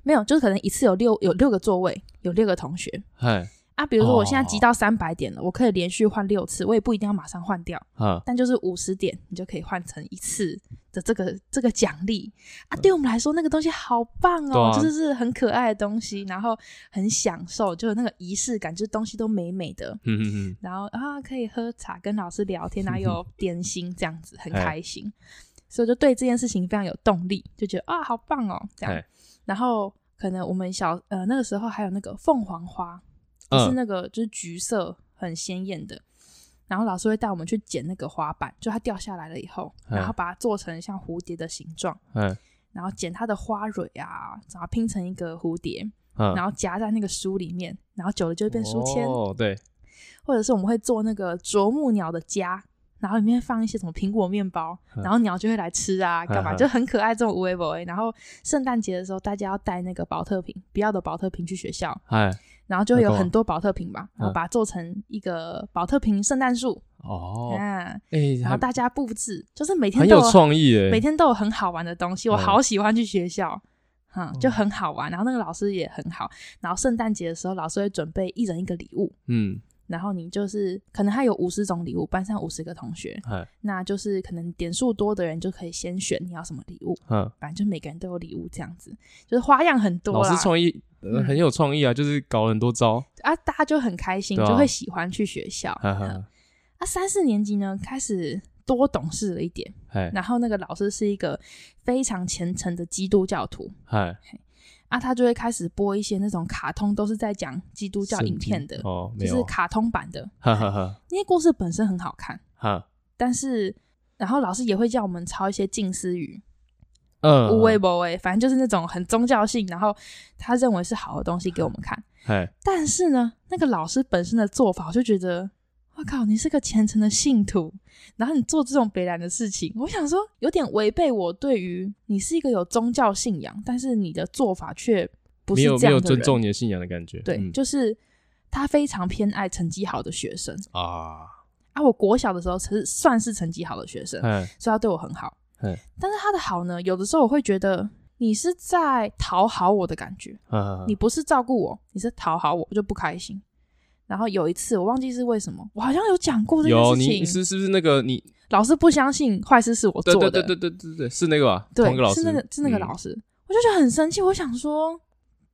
Speaker 2: 没有，就是可能一次有六有六个座位，有六个同学，
Speaker 1: 嗨，
Speaker 2: 啊，比如说我现在
Speaker 1: 哦
Speaker 2: 集到三百点了，我可以连续换六次，我也不一定要马上换掉，
Speaker 1: 哈，
Speaker 2: 但就是五十点你就可以换成一次的这个这个奖励啊，对我们来说那个东西好棒
Speaker 1: 对
Speaker 2: 哦，
Speaker 1: 啊
Speaker 2: 就是是很可爱的东西，然后很享受，就有那个仪式感，就是东西都美美的，
Speaker 1: 嗯嗯嗯，
Speaker 2: 然后啊可以喝茶跟老师聊天，然后有点心这样子，很
Speaker 1: 哎
Speaker 2: 开心。所以我就对这件事情非常有动力，就觉得啊，好棒哦，这样
Speaker 1: 哎。
Speaker 2: 然后可能我们小呃那个时候还有那个凤凰花，是
Speaker 1: 嗯，
Speaker 2: 那个就是橘色很鲜艳的，然后老师会带我们去捡那个花瓣，就它掉下来了以后，
Speaker 1: 哎
Speaker 2: 然后把它做成像蝴蝶的形状，
Speaker 1: 嗯
Speaker 2: 然后捡它的花蕊啊，然后拼成一个蝴蝶，
Speaker 1: 嗯，
Speaker 2: 然后夹在那个书里面，然后久了就会变书签，
Speaker 1: 哦，对，
Speaker 2: 或者是我们会做那个啄木鸟的家。然后里面放一些什么苹果面包，
Speaker 1: 嗯
Speaker 2: 然后鸟就会来吃啊，干嘛
Speaker 1: 嗯嗯
Speaker 2: 就很可爱这种无微不微。然后圣诞节的时候，大家要带那个保特瓶，不要的保特瓶去学校，
Speaker 1: 哎，
Speaker 2: 然后就会有
Speaker 1: 那干嘛
Speaker 2: 很多保特瓶吧，然
Speaker 1: 嗯
Speaker 2: 后把它做成一个保特瓶圣诞树，
Speaker 1: 哦，
Speaker 2: 嗯，
Speaker 1: 哎，
Speaker 2: 然后
Speaker 1: 还
Speaker 2: 大家布置，就是每天
Speaker 1: 很
Speaker 2: 都
Speaker 1: 有创意欸诶，
Speaker 2: 每天都有很好玩的东西，我
Speaker 1: 嗯
Speaker 2: 好喜欢去学校，嗯，就很好玩。然后那个老师也很好，然后圣诞节的时候，老师会准备一人一个礼物，
Speaker 1: 嗯，
Speaker 2: 然后你就是可能他有五十种礼物，班上五十个同学，
Speaker 1: 哎，
Speaker 2: 那就是可能点数多的人就可以先选你要什么礼物，
Speaker 1: 嗯，
Speaker 2: 反正就每个人都有礼物这样子，就是花样很多
Speaker 1: 老
Speaker 2: 啦
Speaker 1: 师。创意呃
Speaker 2: 嗯
Speaker 1: 很有创意啊，就是搞了很多招，
Speaker 2: 啊，大家就很开心，
Speaker 1: 对啊
Speaker 2: 就会喜欢去学校。
Speaker 1: 哈 哈，
Speaker 2: 啊，三四年级呢开始多懂事了一点，
Speaker 1: 哎
Speaker 2: 然后那个老师是一个非常虔诚的基督教徒
Speaker 1: 哎，
Speaker 2: 啊，他就会开始播一些那种卡通，都是在讲基督教
Speaker 1: 圣
Speaker 2: 影片
Speaker 1: 经
Speaker 2: 的，
Speaker 1: 哦，
Speaker 2: 就
Speaker 1: 没
Speaker 2: 是
Speaker 1: 有，
Speaker 2: 卡通版的
Speaker 1: 哈哈哈
Speaker 2: 那些故事本身很好看，
Speaker 1: 哈，
Speaker 2: 但是然后老师也会叫我们抄一些近思语，
Speaker 1: 嗯，
Speaker 2: 无为不为，反正就是那种很宗教性，然后他认为是好的东西给我们看。
Speaker 1: 哎，
Speaker 2: 但是呢，那个老师本身的做法，我就觉得，我靠，你是个虔诚的信徒，然后你做这种北然的事情，我想说有点违背我对于你是一个有宗教信仰，但是你的做法却不
Speaker 1: 没
Speaker 2: 是这
Speaker 1: 有
Speaker 2: 样
Speaker 1: 没
Speaker 2: 的
Speaker 1: 有
Speaker 2: 人。
Speaker 1: 尊重你的信仰的感觉，
Speaker 2: 对，
Speaker 1: 嗯
Speaker 2: 就是他非常偏爱成绩好的学生
Speaker 1: 啊，
Speaker 2: 啊。我国小的时候是算是成绩好的学生，
Speaker 1: 哎，
Speaker 2: 所以他对我很好
Speaker 1: 嗯。
Speaker 2: 但是他的好呢，有的时候我会觉得你是在讨好我的感觉。
Speaker 1: 哈
Speaker 2: 你不是照顾我，你是讨好我，我就不开心。然后有一次我忘记是为什么，我好像有讲过这
Speaker 1: 有
Speaker 2: 件
Speaker 1: 你
Speaker 2: 事情，
Speaker 1: 是是不是那个你
Speaker 2: 老师不相信坏事是我
Speaker 1: 对
Speaker 2: 做
Speaker 1: 对
Speaker 2: 的，
Speaker 1: 对对对对对，是那个吧？
Speaker 2: 对
Speaker 1: 同一个老师嗯
Speaker 2: 是那个是那个老
Speaker 1: 师，
Speaker 2: 师，我就觉得很生气，我想说。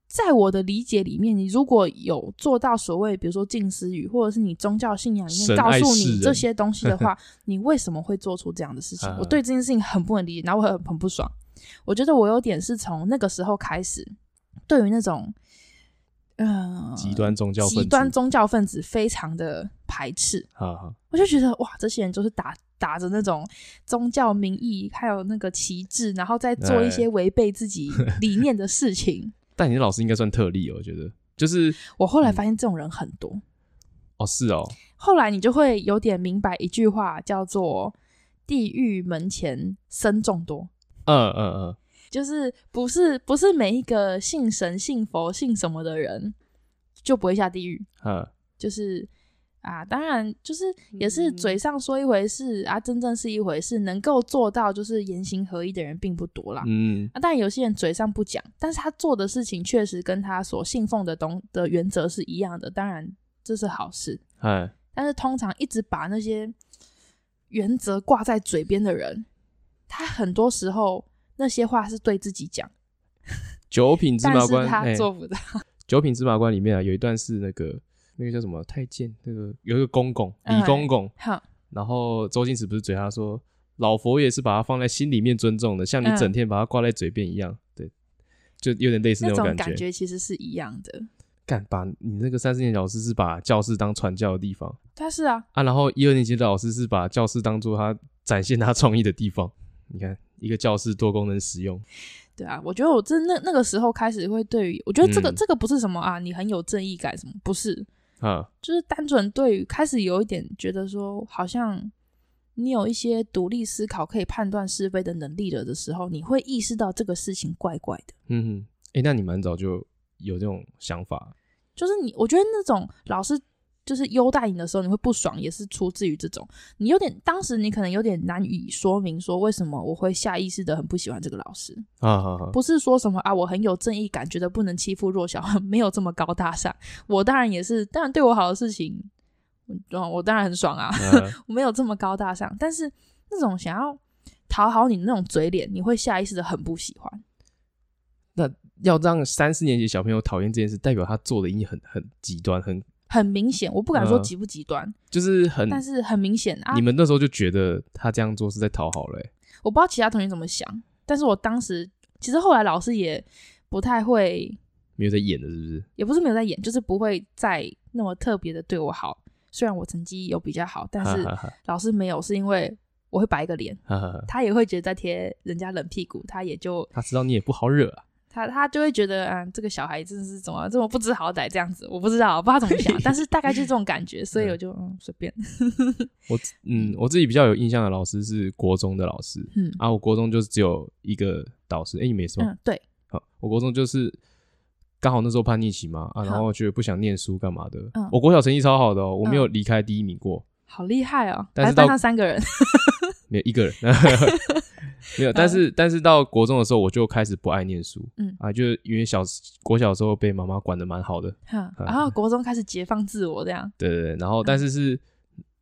Speaker 2: 在我的理解里面，你如果有做到所谓，比如说近思语，或者是你宗教信仰里面
Speaker 1: 神
Speaker 2: 告
Speaker 1: 爱
Speaker 2: 诉
Speaker 1: 世
Speaker 2: 你
Speaker 1: 人
Speaker 2: 这些 东西的话，你为什么会做出这样的事情？
Speaker 1: 啊
Speaker 2: 我对这件事情很不能理解，然后我很很不爽。我觉得我有点是从那个时候开始，对于那种，呃，
Speaker 1: 嗯极端宗教分
Speaker 2: 极
Speaker 1: 子
Speaker 2: 端宗教分子非常的排斥。
Speaker 1: 哈哈，
Speaker 2: 我就觉得哇，这些人就是打打着那种宗教名义，还有那个旗帜，然后再做一些违背自己理念的事情。
Speaker 1: 但你的老师应该算特例哦，我觉得就是
Speaker 2: 我后来发现这种人很多。
Speaker 1: 哦是哦，
Speaker 2: 后来你就会有点明白一句话，叫做“地狱门前僧众多”。
Speaker 1: 嗯嗯嗯，
Speaker 2: 就是不是不是每一个信神、信佛、信什么的人就不会下地狱，
Speaker 1: 嗯，
Speaker 2: 就是啊，当然就是也是
Speaker 1: 嗯
Speaker 2: 嘴上说一回事、啊，真正是一回事，能够做到就是言行合一的人并不多啦。
Speaker 1: 嗯，
Speaker 2: 啊，当然有些人嘴上不讲，但是他做的事情确实跟他所信奉的东的原则是一样的，当然这是好事。
Speaker 1: 哎，
Speaker 2: 但是通常一直把那些原则挂在嘴边的人，他很多时候那些话是对自己讲，
Speaker 1: 九品芝
Speaker 2: 但
Speaker 1: 麻
Speaker 2: 是
Speaker 1: 官，
Speaker 2: 他
Speaker 1: 哎，
Speaker 2: 做不到。
Speaker 1: 九品芝麻官里面啊，有一段是那个那个叫什么太监，那个有一个公公
Speaker 2: 嗯
Speaker 1: 李公公，
Speaker 2: 好，
Speaker 1: 然后周星驰不是嘴他说老佛爷是把他放在心里面尊重的，像你
Speaker 2: 嗯
Speaker 1: 整天把他挂在嘴边一样，对，就有点类似
Speaker 2: 那
Speaker 1: 种
Speaker 2: 种
Speaker 1: 感
Speaker 2: 感。觉其实是一样的。
Speaker 1: 干，把你那个三四年级老师是把教室当传教的地方
Speaker 2: 但是啊，
Speaker 1: 啊，然后一二年级的老师是把教室当做他展现他创意的地方。你看，一个教室多功能使用，
Speaker 2: 对啊，我觉得我真那那个时候开始会对于，我觉得这个、
Speaker 1: 嗯
Speaker 2: 这个不是什么啊，你很有正义感什么，不是，
Speaker 1: 啊，
Speaker 2: 就是单纯对于开始有一点觉得说，好像你有一些独立思考、可以判断是非的能力了的时候，你会意识到这个事情怪怪的。
Speaker 1: 嗯哼，哎、那你蛮早就有这种想法，
Speaker 2: 就是你，我觉得那种老师就是优待你的时候，你会不爽，也是出自于这种，你有点当时你可能有点难以说明说为什么我会下意识的很不喜欢这个老师。
Speaker 1: 啊哈哈，
Speaker 2: 不是说什么啊，我很有正义感，觉得不能欺负弱小，没有这么高大上。我当然也是，当然对我好的事情，我我当然很爽啊，
Speaker 1: 啊
Speaker 2: 我没有这么高大上。但是那种想要讨好你的那种嘴脸，你会下意识的很不喜欢。
Speaker 1: 要让三四年级小朋友讨厌这件事，代表他做的已经很很极端，很
Speaker 2: 很明显，我不敢说
Speaker 1: 嗯
Speaker 2: 极不极端，
Speaker 1: 就是很，
Speaker 2: 但是很明显啊
Speaker 1: 你。们那时候就觉得他这样做是在讨好了、欸
Speaker 2: 我不知道其他同学怎么想，但是我当时其实后来老师也不太会，
Speaker 1: 没有在演的，是不是？
Speaker 2: 也不是没有在演，就是不会再那么特别的对我好。虽然我成绩有比较好，但 是
Speaker 1: 哈哈哈
Speaker 2: 老师没有，是因为我会摆一个脸，
Speaker 1: 哈哈哈，
Speaker 2: 他也会觉得在贴人家冷屁股，他也就
Speaker 1: 他知道你也不好惹啊，
Speaker 2: 他他就会觉得，嗯，这个小孩真的是怎么这么不知好歹这样子，我不知道，我不知道怎么想，但是大概就是这种感觉，所以我就嗯随便，
Speaker 1: 我嗯，我自己比较有印象的老师是国中的老师
Speaker 2: 嗯
Speaker 1: 啊，我国中就是只有一个导师，哎、你们也是吗？
Speaker 2: 嗯对，
Speaker 1: 好、我国中就是刚好那时候叛逆期嘛啊，
Speaker 2: 嗯
Speaker 1: 然后觉得不想念书干嘛的，
Speaker 2: 嗯
Speaker 1: 我国小成绩超好的哦，我没有离开第一名过，
Speaker 2: 好厉害哦，
Speaker 1: 但是
Speaker 2: 来班
Speaker 1: 到
Speaker 2: 上三 个人，
Speaker 1: 没有一 个人，没有，但是、但是到国中的时候我就开始不爱念书，
Speaker 2: 嗯
Speaker 1: 啊，就是因为小国小的时候被妈妈管的蛮好的，
Speaker 2: 嗯然后国中开始解放自我这样，
Speaker 1: 对对对，然
Speaker 2: 嗯
Speaker 1: 后但是是、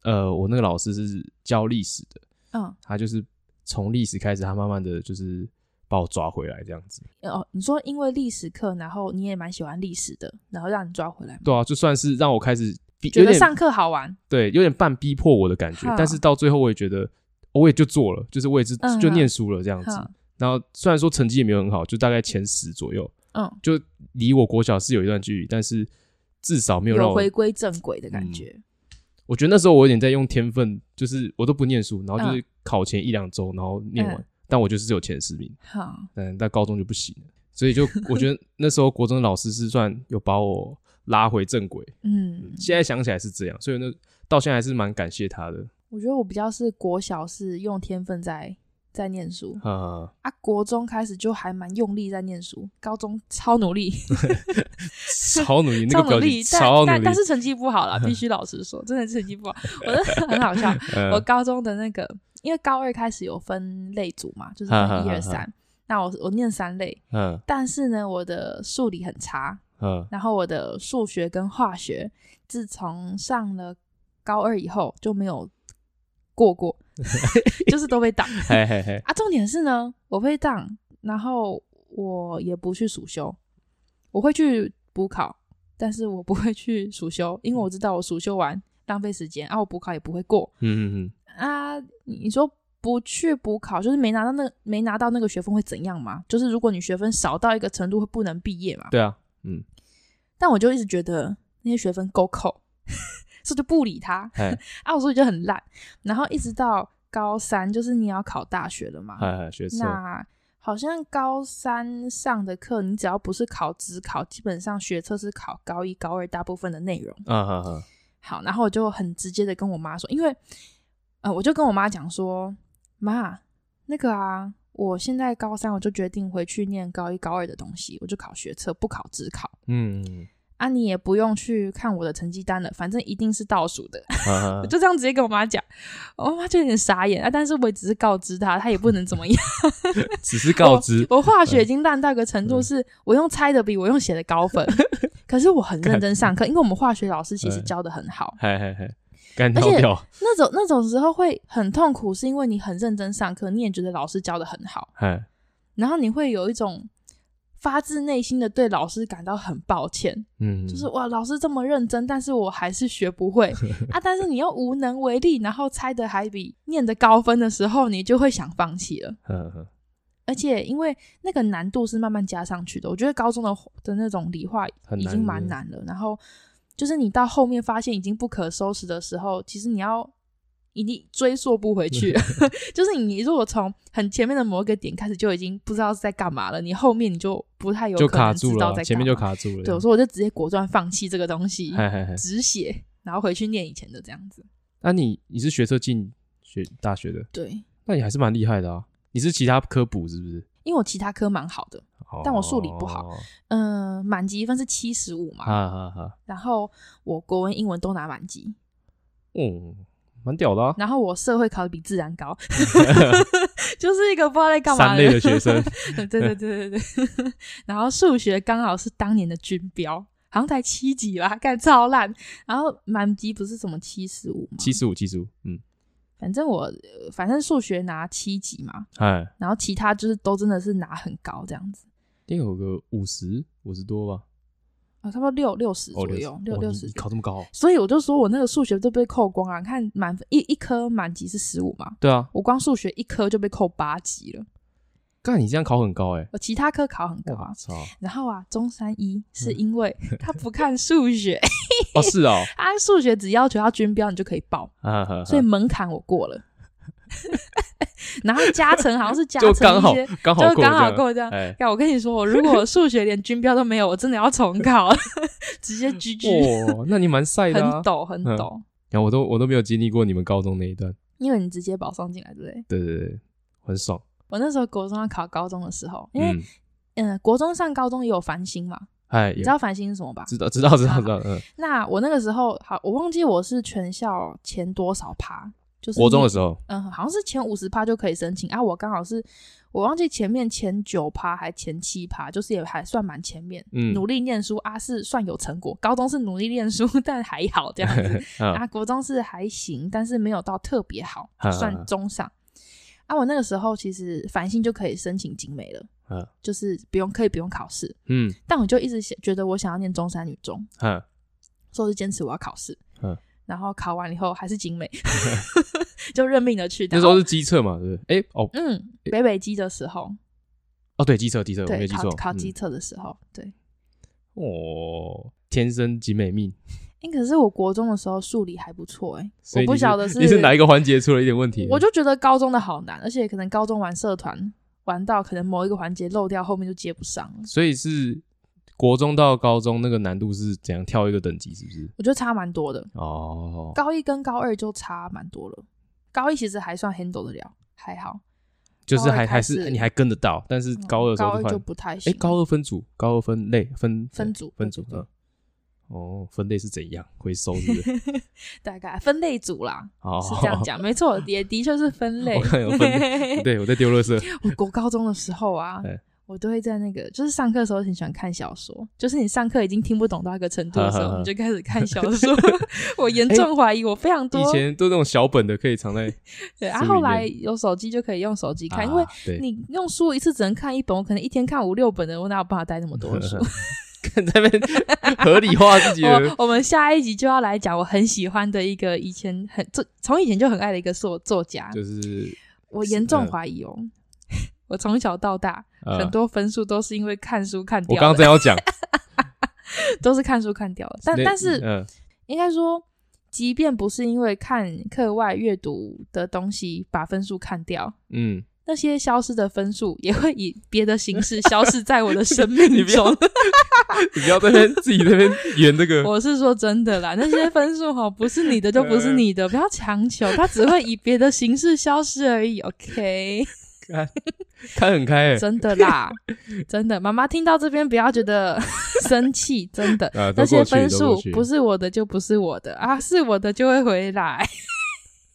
Speaker 1: 呃，我那个老师是教历史的，
Speaker 2: 嗯
Speaker 1: 他就是从历史开始，他慢慢的就是把我抓回来这样子。
Speaker 2: 哦，你说因为历史课，然后你也蛮喜欢历史的，然后让你抓回来吗，
Speaker 1: 对啊，就算是让我开始逼
Speaker 2: 觉
Speaker 1: 有
Speaker 2: 得
Speaker 1: 点
Speaker 2: 上课好玩，
Speaker 1: 对，有点半逼迫我的感觉
Speaker 2: 哈，
Speaker 1: 但是到最后我也觉得我也就做了，就是我也是、
Speaker 2: 嗯
Speaker 1: 就
Speaker 2: 哈
Speaker 1: 念书了这样子。
Speaker 2: 哈
Speaker 1: 然后虽然说成绩也没有很好，就大概前十左右，
Speaker 2: 嗯，
Speaker 1: 就离我国小是有一段距离，但是至少没有嗯让
Speaker 2: 有
Speaker 1: 我
Speaker 2: 回归正轨的感觉，
Speaker 1: 我觉得那时候我有点在用天分，就是我都不念书，然后就是
Speaker 2: 嗯
Speaker 1: 考前一两周，然后念完，
Speaker 2: 嗯
Speaker 1: 但我就是只有前十名，
Speaker 2: 好，
Speaker 1: 嗯，但高中就不行了，所以就我觉得那时候国中的老师是算有把我拉回正轨，
Speaker 2: 嗯，
Speaker 1: 现在想起来是这样，所以那到现在还是蛮感谢他的
Speaker 2: 我觉得我比较是国小是用天分在在念书，
Speaker 1: 啊，
Speaker 2: 啊，国中开始就还蛮用力在念书，高中超努力，
Speaker 1: 超努力，那
Speaker 2: 超
Speaker 1: 个
Speaker 2: 努
Speaker 1: 表
Speaker 2: 力
Speaker 1: 情，
Speaker 2: 但
Speaker 1: 超努
Speaker 2: 但
Speaker 1: 力
Speaker 2: 但，是成绩不好啦，必须老实 说，真的成绩不好，我真的很好笑。
Speaker 1: 嗯
Speaker 2: 我高中的那个，因为高二开始有分类组嘛，就是
Speaker 1: 哈哈
Speaker 2: 分一
Speaker 1: 哈
Speaker 2: 二三。那我我念三类，
Speaker 1: 嗯
Speaker 2: 但是呢，我的数理很差，
Speaker 1: 嗯
Speaker 2: 然后我的数学跟化学，自从上了高二以后就没有过过， 就是都被挡。
Speaker 1: 嘿嘿嘿，
Speaker 2: 啊，重点是呢，我被当，然后我也不去暑修，我会去补考，但是我不会去暑修，因为我知道我暑修完浪费时间，啊，我补考也不会过
Speaker 1: 嗯嗯
Speaker 2: 啊。你你说不去补考，就是没拿到那个没拿到那个学分会怎样吗？就是如果你学分少到一个程度，会不能毕业嘛
Speaker 1: 嗯，？对啊，
Speaker 2: 但我就一直觉得那些学分够扣， 所以就不理他
Speaker 1: 哎
Speaker 2: 啊，我所以就很烂，然后一直到高三，就是你要考大学了嘛，
Speaker 1: 哎哎，学车，
Speaker 2: 那好像高三上的课，你只要不是考职考，基本上学测是考高一、高二大部分的内容。
Speaker 1: 啊哈哈，
Speaker 2: 好，然后我就很直接的跟我妈说，因为呃，我就跟我妈讲说，妈，那个啊，我现在高三，我就决定回去念高一、高二的东西，我就考学测，不考职考。
Speaker 1: 嗯嗯，
Speaker 2: 啊，你也不用去看我的成绩单了，反正一定是倒数的。
Speaker 1: 啊哈
Speaker 2: 我， 就这样直接跟我妈讲，我妈就有点傻眼啊。但是我也只是告知她，她也不能怎么样。
Speaker 1: 只是告知，嗯
Speaker 2: 我化学已经烂到一个程度，是我用猜的比我用写的高 分，可是我很认真上课，因为我们化学老师其
Speaker 1: 嗯
Speaker 2: 实教的很好。
Speaker 1: 嘿嘿嘿，干
Speaker 2: 而
Speaker 1: 掉
Speaker 2: 且
Speaker 1: 掉，
Speaker 2: 那种那种时候会很痛苦，是因为你很认真上课，你也觉得老师教的很好，
Speaker 1: 哎，
Speaker 2: 然后你会有一种发自内心的对老师感到很抱歉，
Speaker 1: 嗯，
Speaker 2: 就是哇，老师这么认真，但是我还是学 不会啊，但是你又无能为力，然后猜的还比念的高分的时候，你就会想放弃了。
Speaker 1: 嗯，嗯
Speaker 2: 而且因为那个难度是慢慢加上去的，我觉得高中的的那种理化
Speaker 1: 很
Speaker 2: 已
Speaker 1: 难
Speaker 2: 经蛮
Speaker 1: 是不是
Speaker 2: 难了。然后就是你到后面发现已经不可收拾的时候，其实你要已经追溯不 回去了，就是你如果从很前面的某一个点开始就已经不知道是在干嘛了，你后面你就不太有
Speaker 1: 就
Speaker 2: 可能
Speaker 1: 卡
Speaker 2: 知
Speaker 1: 住
Speaker 2: 道
Speaker 1: 了
Speaker 2: 在干嘛
Speaker 1: 啊，前面就。卡住了，
Speaker 2: 对，我说我就直接果断放弃这个东西，
Speaker 1: 嘿嘿嘿。
Speaker 2: 止血，然后回去念以前的这样子。
Speaker 1: 那你你是学车进学大学的，
Speaker 2: 对，
Speaker 1: 那你还是蛮厉害的啊。你是其他科补是不是？
Speaker 2: 因为我其他科蛮好的，但我数理不好
Speaker 1: 哦，
Speaker 2: 嗯、满级分是七十五嘛，
Speaker 1: 哈哈哈，
Speaker 2: 然后我国文、英文都拿满级，
Speaker 1: 嗯，蛮屌的啊，
Speaker 2: 然后我社会考的比自 然高，就是一个不知道在干嘛
Speaker 1: 三类的
Speaker 2: 人。
Speaker 1: 学 生，
Speaker 2: 对对对对对。 然后数学刚好是当年的军标，好像才七级吧，干超烂。然后满级不是什么七十五吗？
Speaker 1: 七十五，七十五，嗯，
Speaker 2: 反正我呃反正数学拿七级嘛，
Speaker 1: 哎，
Speaker 2: 然后其他就是都真的是拿很高这样子。
Speaker 1: 应该有个五十五十多吧，
Speaker 2: 啊，差不多六六十
Speaker 1: 哦，
Speaker 2: 左右，
Speaker 1: 六
Speaker 2: 六
Speaker 1: 哇
Speaker 2: 六
Speaker 1: 你
Speaker 2: 十
Speaker 1: 你。考这么高哦？
Speaker 2: 所以我就说我那个数学都被扣光了、你看满分一一科满级是十五嘛，
Speaker 1: 对啊，
Speaker 2: 我光数学一科就被扣八级了，
Speaker 1: 干你这样考很高哎、
Speaker 2: 我其他科考很高啊
Speaker 1: 我。 操！
Speaker 2: 然后啊，中山一
Speaker 1: 嗯
Speaker 2: 是 因为他不看数学，
Speaker 1: 哦，是哦，
Speaker 2: 他数学只要求要均标，你就可以报，
Speaker 1: 啊哈哈
Speaker 2: 所以门槛我过 了。然后加成好像是加
Speaker 1: 就
Speaker 2: 成一些，
Speaker 1: 刚好刚好
Speaker 2: 就
Speaker 1: 过
Speaker 2: 刚好
Speaker 1: 这样
Speaker 2: 够这样。
Speaker 1: 哎，
Speaker 2: 呀，我跟你说，我如果数学连均标都没有，我真的要重考， 直接 GG，、
Speaker 1: 哦，那你蛮晒的啊
Speaker 2: 很！抖很
Speaker 1: 嗯
Speaker 2: 抖，
Speaker 1: 然后我都我都没有经历过你们高中那一段，
Speaker 2: 因为你直接保送进来，对不对？
Speaker 1: 对对对，很爽。
Speaker 2: 我那时候国中要考高中的时候，因为
Speaker 1: 嗯，
Speaker 2: 嗯、呃国中上高中也有繁星嘛，
Speaker 1: 哎，
Speaker 2: 你知道繁星是什么吧？
Speaker 1: 知道知道知道知道，嗯，
Speaker 2: 那我那个时候好，我忘记我是全校前多少趴，就是
Speaker 1: 国中的
Speaker 2: 你
Speaker 1: 时候，
Speaker 2: 嗯，好像是前五十趴就可以申请啊。我刚好是我忘记前面前九趴还前七趴，就是也还算蛮前面。
Speaker 1: 嗯
Speaker 2: 努力念书啊，是算有成果。高中是努力念书，但还好这样 子
Speaker 1: 啊，
Speaker 2: 啊。国中是还行，但是没有到特别好
Speaker 1: 啊，
Speaker 2: 算中上。啊，我那个时候其实繁星就可以申请景美了，
Speaker 1: 啊
Speaker 2: 就是不用可以不用考试。
Speaker 1: 嗯
Speaker 2: 但我就一直想觉得我想要念中山女中，
Speaker 1: 嗯，
Speaker 2: 所以我就坚持我要考试。
Speaker 1: 嗯
Speaker 2: 然后考完以后还是景 美， 就认命的去。
Speaker 1: 那时候是机测嘛，对不对？哎，哦
Speaker 2: 嗯，北北基的时候，
Speaker 1: 哦，对，机测机测，我没
Speaker 2: 对，
Speaker 1: 有记
Speaker 2: 考
Speaker 1: 错，
Speaker 2: 考机
Speaker 1: 嗯
Speaker 2: 测的时候，对。
Speaker 1: 哦，天生集美命，
Speaker 2: 哎、可是我国中的时候数理还不错哎、
Speaker 1: 所以
Speaker 2: 我不
Speaker 1: 你
Speaker 2: 晓得
Speaker 1: 你是哪一个环节出了一点问题？
Speaker 2: 我就觉得高中的好难，而且可能高中玩社团玩到可能某一个环节漏掉，后面就接不上了。
Speaker 1: 所以是国中到高中那个难度是怎样跳一个等级，是不是？
Speaker 2: 我觉得差蛮多的，
Speaker 1: 哦，
Speaker 2: 高一跟高二就差蛮多了。高一其实还算 handle 得了，还好。
Speaker 1: 就是
Speaker 2: 高二
Speaker 1: 还
Speaker 2: 开
Speaker 1: 还
Speaker 2: 始
Speaker 1: 是你还跟得到，但是
Speaker 2: 嗯
Speaker 1: 高二的时
Speaker 2: 高
Speaker 1: 候
Speaker 2: 二
Speaker 1: 就
Speaker 2: 就
Speaker 1: 换。
Speaker 2: 不太
Speaker 1: 哎
Speaker 2: 行。，
Speaker 1: 高二分组，高二分类分
Speaker 2: 分组
Speaker 1: 分组
Speaker 2: 对对
Speaker 1: 嗯。哦，分类是怎样回收是不 是？
Speaker 2: 大概分类组啦，
Speaker 1: 哦，
Speaker 2: 是这样。讲，没错，也的确是 分类。
Speaker 1: 我看有分 类， 对我在丢垃圾。
Speaker 2: 我国高中的时候啊
Speaker 1: 哎，
Speaker 2: 我都会在那个，就是上课的时候很喜欢看小说，就是你上课已经听不懂到一个程度的时
Speaker 1: 哈哈
Speaker 2: 候，
Speaker 1: 哈哎
Speaker 2: 你就开始 看小说。 我严重怀疑我非常多
Speaker 1: 以，前都那种小本的，可以藏 在
Speaker 2: 对，
Speaker 1: 书
Speaker 2: 啊，
Speaker 1: 里
Speaker 2: 后
Speaker 1: 面
Speaker 2: 来有手机就可以用手机看，因为
Speaker 1: 啊对，
Speaker 2: 你用书一次只能看一本，我可能一天看五六本的，我哪有办法带那么 多书？哦
Speaker 1: 看在那 边合理化自己的
Speaker 2: 我我们下一集就要来讲我很喜欢的一个以前很这从以前就很爱的一个作作家，
Speaker 1: 就是
Speaker 2: 我严重
Speaker 1: 嗯
Speaker 2: 怀疑哦， 我从小到大
Speaker 1: 呃
Speaker 2: 很多分数都是因为看书看
Speaker 1: 我
Speaker 2: 掉
Speaker 1: 刚刚
Speaker 2: 的，
Speaker 1: 正要讲，
Speaker 2: 都是看书看掉的。 但
Speaker 1: 那
Speaker 2: 但是
Speaker 1: 嗯
Speaker 2: 应该说，即便不是因为看课外阅读的东西把分数看掉，
Speaker 1: 嗯，
Speaker 2: 那些消失的分数也会以别的形式消失在我 的生命中。
Speaker 1: 你不要在那边自己在那边圆这个，
Speaker 2: 我是说真的啦，那些分数哈不是你的就不
Speaker 1: 嗯
Speaker 2: 是你的，不要强求，它只会以别的形式消失而已。OK，
Speaker 1: 看看很开欸
Speaker 2: 真 的啦，真的，妈妈听到这边不要觉得 生气，真的。
Speaker 1: 啊，
Speaker 2: 那
Speaker 1: 都
Speaker 2: 些
Speaker 1: 过去
Speaker 2: 分
Speaker 1: 都
Speaker 2: 数
Speaker 1: 过去
Speaker 2: 不是我的就不是我的啊，是我的就会回来。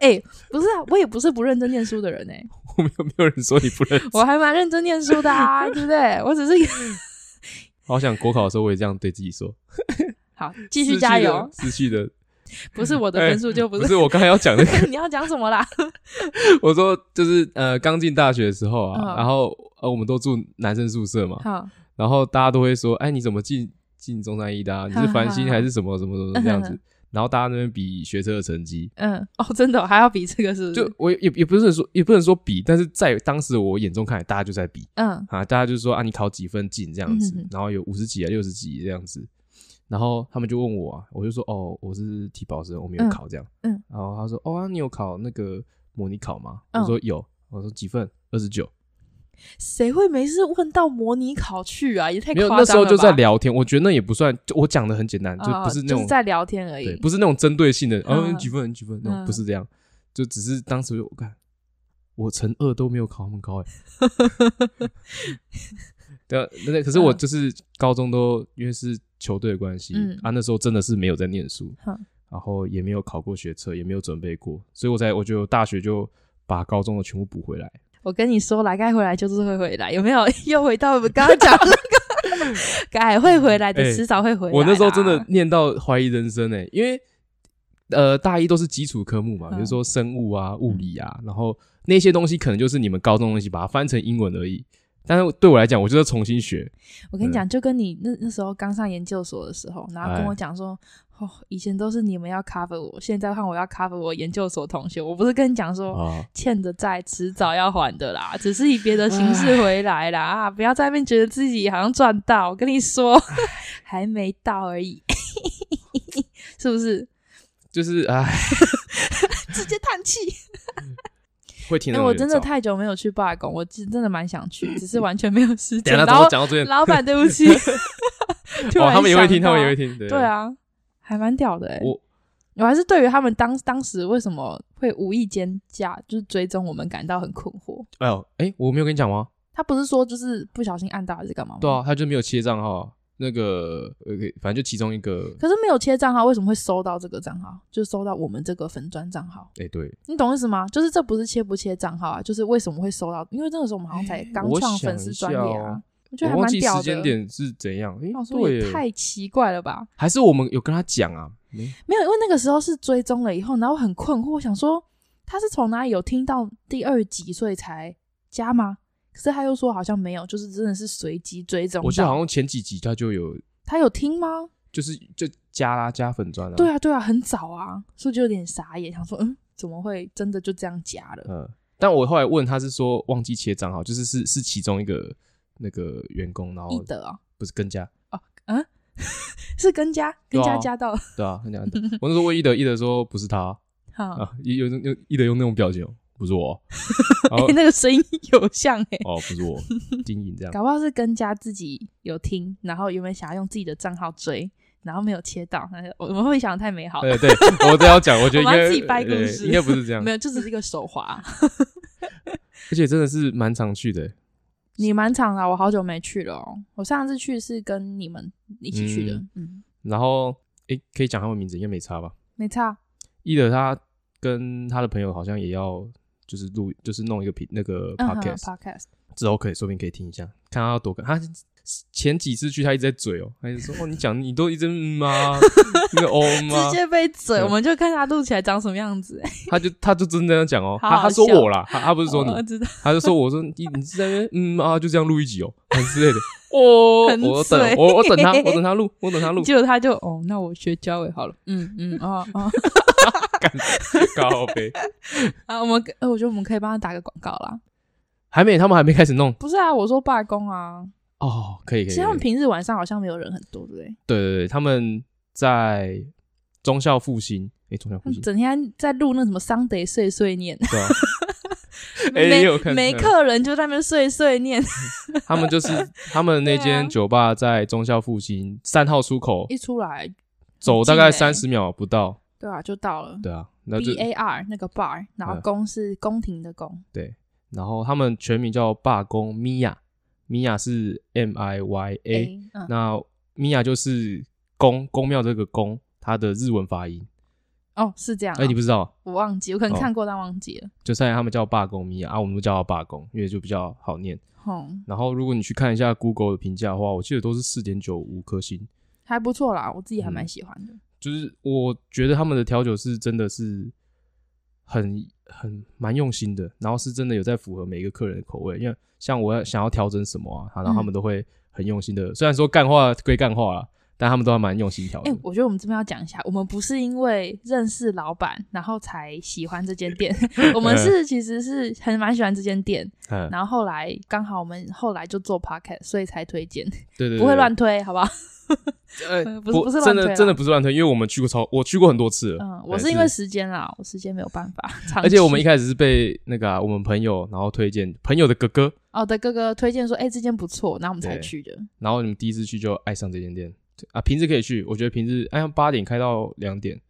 Speaker 2: 哎、不是啊，我也不是不认真念书 的人哎、
Speaker 1: 我没有没有人说你不认识，
Speaker 2: 我还蛮认真念书 的啊，对不对？我只是一 个
Speaker 1: 好想国考的时候我也这样对自己说，
Speaker 2: 好，继续加油，
Speaker 1: 失去的，失去的
Speaker 2: 不是我的分数就不
Speaker 1: 不
Speaker 2: 是。
Speaker 1: 是我刚才要讲的，
Speaker 2: 你要讲什么啦？
Speaker 1: 我说就是呃刚进大学的时候啊，
Speaker 2: 嗯
Speaker 1: 然后呃我们都住男生宿舍嘛，
Speaker 2: 好，
Speaker 1: 然后大家都会说，哎你怎么进进中山医的啊？你是 繁星还是什么什么什么这样子？然后大家那边比学车的成绩，
Speaker 2: 嗯，哦，真的哦、还要比这个是不？
Speaker 1: 就是我也也不是说也不能说比，但是在当时我眼中看来，大家就在比
Speaker 2: 嗯，
Speaker 1: 啊，大家就说啊，你考几分进这样子
Speaker 2: 嗯哼哼，
Speaker 1: 然后有五十几啊、六十几这样子，然后他们就问我啊，我就说哦，我是体保生，我没有
Speaker 2: 嗯
Speaker 1: 考这样，
Speaker 2: 嗯，
Speaker 1: 然后他说哦、啊，你有考那个模拟考吗？
Speaker 2: 嗯
Speaker 1: 我说有，我说几分？二十九，
Speaker 2: 谁会没事问到模拟考去啊？也太
Speaker 1: 没
Speaker 2: 夸
Speaker 1: 有，
Speaker 2: 张
Speaker 1: 那
Speaker 2: 了
Speaker 1: 时候就在
Speaker 2: 吧，
Speaker 1: 聊天，我觉得那也不算，就我讲的很简单，就
Speaker 2: 哦
Speaker 1: 不是那
Speaker 2: 就
Speaker 1: 种、
Speaker 2: 是在聊天而已
Speaker 1: 对，。不是那种针对性的，哦，
Speaker 2: 嗯
Speaker 1: 你几分你几分那种，
Speaker 2: 嗯
Speaker 1: 不是这样，就只是当时我看我乘二都没有考他们高哎、欸 对啊，那那可是我
Speaker 2: 嗯
Speaker 1: 就是高中都因为是球队的关系、
Speaker 2: 嗯
Speaker 1: 啊，那时候真的是没有在念书，
Speaker 2: 哼
Speaker 1: 然后也没有考过学测，也没有准备过，所以我才我觉得我大学就把高中的全部补回来。
Speaker 2: 我跟你说啦，该回来就是会回来，有没有？ 又回到我们刚刚讲的那个，该会回来的，
Speaker 1: 哎
Speaker 2: 迟早会回来啦。
Speaker 1: 我那时候真的念到怀疑人生哎、因为呃大一都是基础科目嘛，比如
Speaker 2: 嗯
Speaker 1: 说生物啊、物理啊，然后那些东西可能就是你们高中的东西，把它翻成英文而已。但是对我来讲，我就是重新学。
Speaker 2: 我跟你
Speaker 1: 嗯
Speaker 2: 讲，就跟你那那时候刚上研究所的时候，然后跟我讲说，哦，以前都是你们要 cover 我，现在换我要 cover 我研究所同学。我不是跟你讲说，
Speaker 1: 啊，
Speaker 2: 欠的债迟早要还的啦，只是以别的形式回来啦，啊，不要在那边觉得自己好像赚到，我跟你说，还没到而已， 是 不是？
Speaker 1: 就是哎，
Speaker 2: 直接叹气。
Speaker 1: 会听
Speaker 2: 哎、
Speaker 1: 得
Speaker 2: 我
Speaker 1: 有点
Speaker 2: 真的
Speaker 1: 燥
Speaker 2: 太久没有去罢工，我其实真的蛮想去， 只是完全没有时
Speaker 1: 等
Speaker 2: 间。
Speaker 1: 一下
Speaker 2: 然
Speaker 1: 怎么
Speaker 2: 后
Speaker 1: 讲到这边？
Speaker 2: 老板，对不起，突
Speaker 1: 哦，
Speaker 2: 然
Speaker 1: 他们也会听，
Speaker 2: 想
Speaker 1: 他们也
Speaker 2: 到
Speaker 1: 会听。对
Speaker 2: 对，啊，还蛮屌的哎、
Speaker 1: 我
Speaker 2: 我还是对于他们当当时为什么会无意间加，就是追踪我们感到很困惑。
Speaker 1: 哎呦，哎，我没有跟你讲吗？
Speaker 2: 他不是说就是不小心按到还是干嘛吗？
Speaker 1: 对啊，他就没有切账号啊，那个呃，反正就其中一个，
Speaker 2: 可是没有切账号，为什么会收到这个账号？就收到我们这个粉砖账号，
Speaker 1: 哎，对，
Speaker 2: 你懂意思吗？就是这不是切不切账号啊，就是为什么会收到？因为那个时候我们好像才刚
Speaker 1: 哎我
Speaker 2: 创
Speaker 1: 想
Speaker 2: 粉丝
Speaker 1: 一
Speaker 2: 专
Speaker 1: 下
Speaker 2: 业
Speaker 1: 哦
Speaker 2: 啊，我觉
Speaker 1: 我
Speaker 2: 得还
Speaker 1: 忘
Speaker 2: 蛮
Speaker 1: 记
Speaker 2: 屌
Speaker 1: 时
Speaker 2: 的。
Speaker 1: 间点是怎样。哎
Speaker 2: 我，想说
Speaker 1: 对
Speaker 2: 也
Speaker 1: 耶，
Speaker 2: 太奇怪了吧？
Speaker 1: 还是我们有跟他讲啊？没
Speaker 2: 没有，因为那个时候是追踪了以后，然后很困惑，我想说他是从哪里有听到第二集，所以才加吗？可是他又说好像没有，就是真的是随机追踪到。
Speaker 1: 我记得好像嗯前几集他就有，
Speaker 2: 他有听吗？
Speaker 1: 就是就加啦加粉砖啊。
Speaker 2: 对啊，对啊，很早啊，所以就有点傻眼，想说嗯，怎么会真的就这样加了？
Speaker 1: 嗯，但我后来问他是说忘记切账号，就是是是其中一个那个员工，然
Speaker 2: 易
Speaker 1: 后
Speaker 2: 德啊，
Speaker 1: 不是跟加，
Speaker 2: 是跟加
Speaker 1: 对
Speaker 2: 跟
Speaker 1: 啊
Speaker 2: 加加到，
Speaker 1: 对啊，跟加。我那时候问一德，一德说不是他
Speaker 2: 哈、
Speaker 1: 啊，一有用一德用那种表情哦，不是 我，然
Speaker 2: 哎、
Speaker 1: 后
Speaker 2: 那个声音 有像哎、
Speaker 1: 哦不是 我，经营这样。
Speaker 2: 搞不好是跟家自己有听，然后原本想要用自己的账号追，然后没有切到，那我们会想的太美好了，
Speaker 1: 对对，我都要讲，我觉得应
Speaker 2: 我们
Speaker 1: 该
Speaker 2: 要自己掰故
Speaker 1: 对
Speaker 2: 事
Speaker 1: 应该不是这样
Speaker 2: 没。有，就只是一个手滑。
Speaker 1: 而且真的是蛮常去的，欸
Speaker 2: 你蛮长的啊，我好久没去了、哦。我上次去是跟你们一起去的，嗯，
Speaker 1: 然后诶，可以讲他们名字，应该没差吧？
Speaker 2: 没差。
Speaker 1: 一德他跟他的朋友好像也要就是录，就是弄一个频那个
Speaker 2: 嗯哼
Speaker 1: podcast，
Speaker 2: podcast，
Speaker 1: 之后可以说不定可以听一下，看他要多看。他前几次去他一直在嘴哦，他一直说 哦你讲你都一直嗯吗，那个哦嗯
Speaker 2: 直
Speaker 1: 吗，
Speaker 2: 接被嘴，
Speaker 1: 对
Speaker 2: 我们就看他录起来长什么样子。欸
Speaker 1: 他就他就真的这样讲哦，
Speaker 2: 好
Speaker 1: 他
Speaker 2: 好
Speaker 1: 他说
Speaker 2: 笑哦
Speaker 1: 我啦，他他不是说你，
Speaker 2: 我知道，
Speaker 1: 他就说我说你你是在那边嗯啊就这样录一集哦，很之类的。哦，
Speaker 2: 很
Speaker 1: 我
Speaker 2: 嘴
Speaker 1: 等我我 等他，我等他录，我等他录，
Speaker 2: 结果他就哦，那我学交尾好了。嗯嗯哦哦
Speaker 1: 高呗。
Speaker 2: 啊，我们呃我觉得我们可以帮他打个广告啦。
Speaker 1: 还没，他们还没开始弄
Speaker 2: 不是啊，我说罢工啊，
Speaker 1: 哦，可以可
Speaker 2: 其
Speaker 1: 以。
Speaker 2: 实他
Speaker 1: 可
Speaker 2: 们
Speaker 1: 以
Speaker 2: 平日晚上好像没有人很多，对不对？
Speaker 1: 对对对，他们在中校复兴，诶，中校
Speaker 2: 他
Speaker 1: 复
Speaker 2: 们
Speaker 1: 兴，
Speaker 2: 整天在录那什么 Sunday 碎 碎念，
Speaker 1: 对 啊，诶
Speaker 2: 没
Speaker 1: 也有看
Speaker 2: 没
Speaker 1: 嗯
Speaker 2: 客人就在那边碎碎念，
Speaker 1: 他们就是他们那
Speaker 2: 对啊
Speaker 1: 间酒吧在中校复兴三号出口
Speaker 2: 一出来
Speaker 1: 走大概
Speaker 2: 近欸
Speaker 1: 三十秒不到，
Speaker 2: 对啊就到了。
Speaker 1: 对啊，那就
Speaker 2: B A R 那个 bar，然后
Speaker 1: 嗯
Speaker 2: 宫是宫廷的宫，
Speaker 1: 对，然后他们全名叫罢工米娅，米娅是 M I Y A，
Speaker 2: A，嗯，
Speaker 1: 那米娅就是宫宫庙这个宫，它的日文发音，
Speaker 2: 哦，是这样啊。
Speaker 1: 哎，你不知道啊，
Speaker 2: 我忘记，我可能
Speaker 1: 哦
Speaker 2: 看过，但忘记了。
Speaker 1: 就虽然他们叫罢工米娅啊，我们都叫它罢工，因为就比较好念。
Speaker 2: 哦，
Speaker 1: 然后如果你去看一下 Google 的评价的话，我记得都是四点九五颗星，
Speaker 2: 还不错啦，我自己还
Speaker 1: 嗯
Speaker 2: 蛮喜欢的。
Speaker 1: 就是我觉得他们的调酒是真的是很很蛮用心的，然后是真的有在符合每一个客人的口味，因为像我要想要调整什么啊，然后他
Speaker 2: 嗯
Speaker 1: 们都会很用心的，虽然说干话归干话啦，但他们都还蛮用心调
Speaker 2: 哎、
Speaker 1: 的。
Speaker 2: 我觉得我们这边要讲一下，我们不是因为认识老板然后才喜欢这间 店，我们是其实是很蛮喜欢这间店，
Speaker 1: 嗯，
Speaker 2: 然后后来刚好我们后来就做 podcast，所以才推荐，
Speaker 1: 对对对，
Speaker 2: 不会乱推，好不好？
Speaker 1: 呃，
Speaker 2: 呃不是不是
Speaker 1: 真
Speaker 2: 乱推
Speaker 1: 的
Speaker 2: 啦
Speaker 1: 真的不是乱推，因为我们去过超我去过很多次了，
Speaker 2: 嗯，我
Speaker 1: 对
Speaker 2: 是因为时间啦，我时间没有办法。长
Speaker 1: 而且我们一
Speaker 2: 期
Speaker 1: 开始是被那个啊、我们朋友然后推荐朋友的哥哥，
Speaker 2: 哦的哥哥推荐说，哎、这间不错，然后我们才
Speaker 1: 对
Speaker 2: 去的。
Speaker 1: 然后你们第一次去就爱上这间店啊，平日可以去，我觉得平日哎八点开到两点，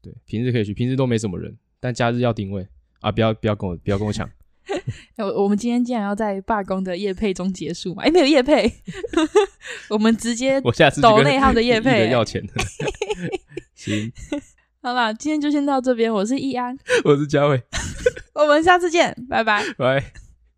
Speaker 1: 对，平日可以去，平日都没什么人，但假日要定位啊，不要不要跟我不要跟我 抢，
Speaker 2: 哎我我们今天竟然要在罢工的夜配中结束嘛？哎、没有夜配， 我们直接
Speaker 1: 我下次去
Speaker 2: 抖
Speaker 1: 跟
Speaker 2: 内他们的 业
Speaker 1: 一
Speaker 2: 配、
Speaker 1: 人要钱， 行，
Speaker 2: 好啦，今天就先到这边，我是易安，
Speaker 1: 我是嘉伟，
Speaker 2: 我们下次见，拜拜。
Speaker 1: 拜。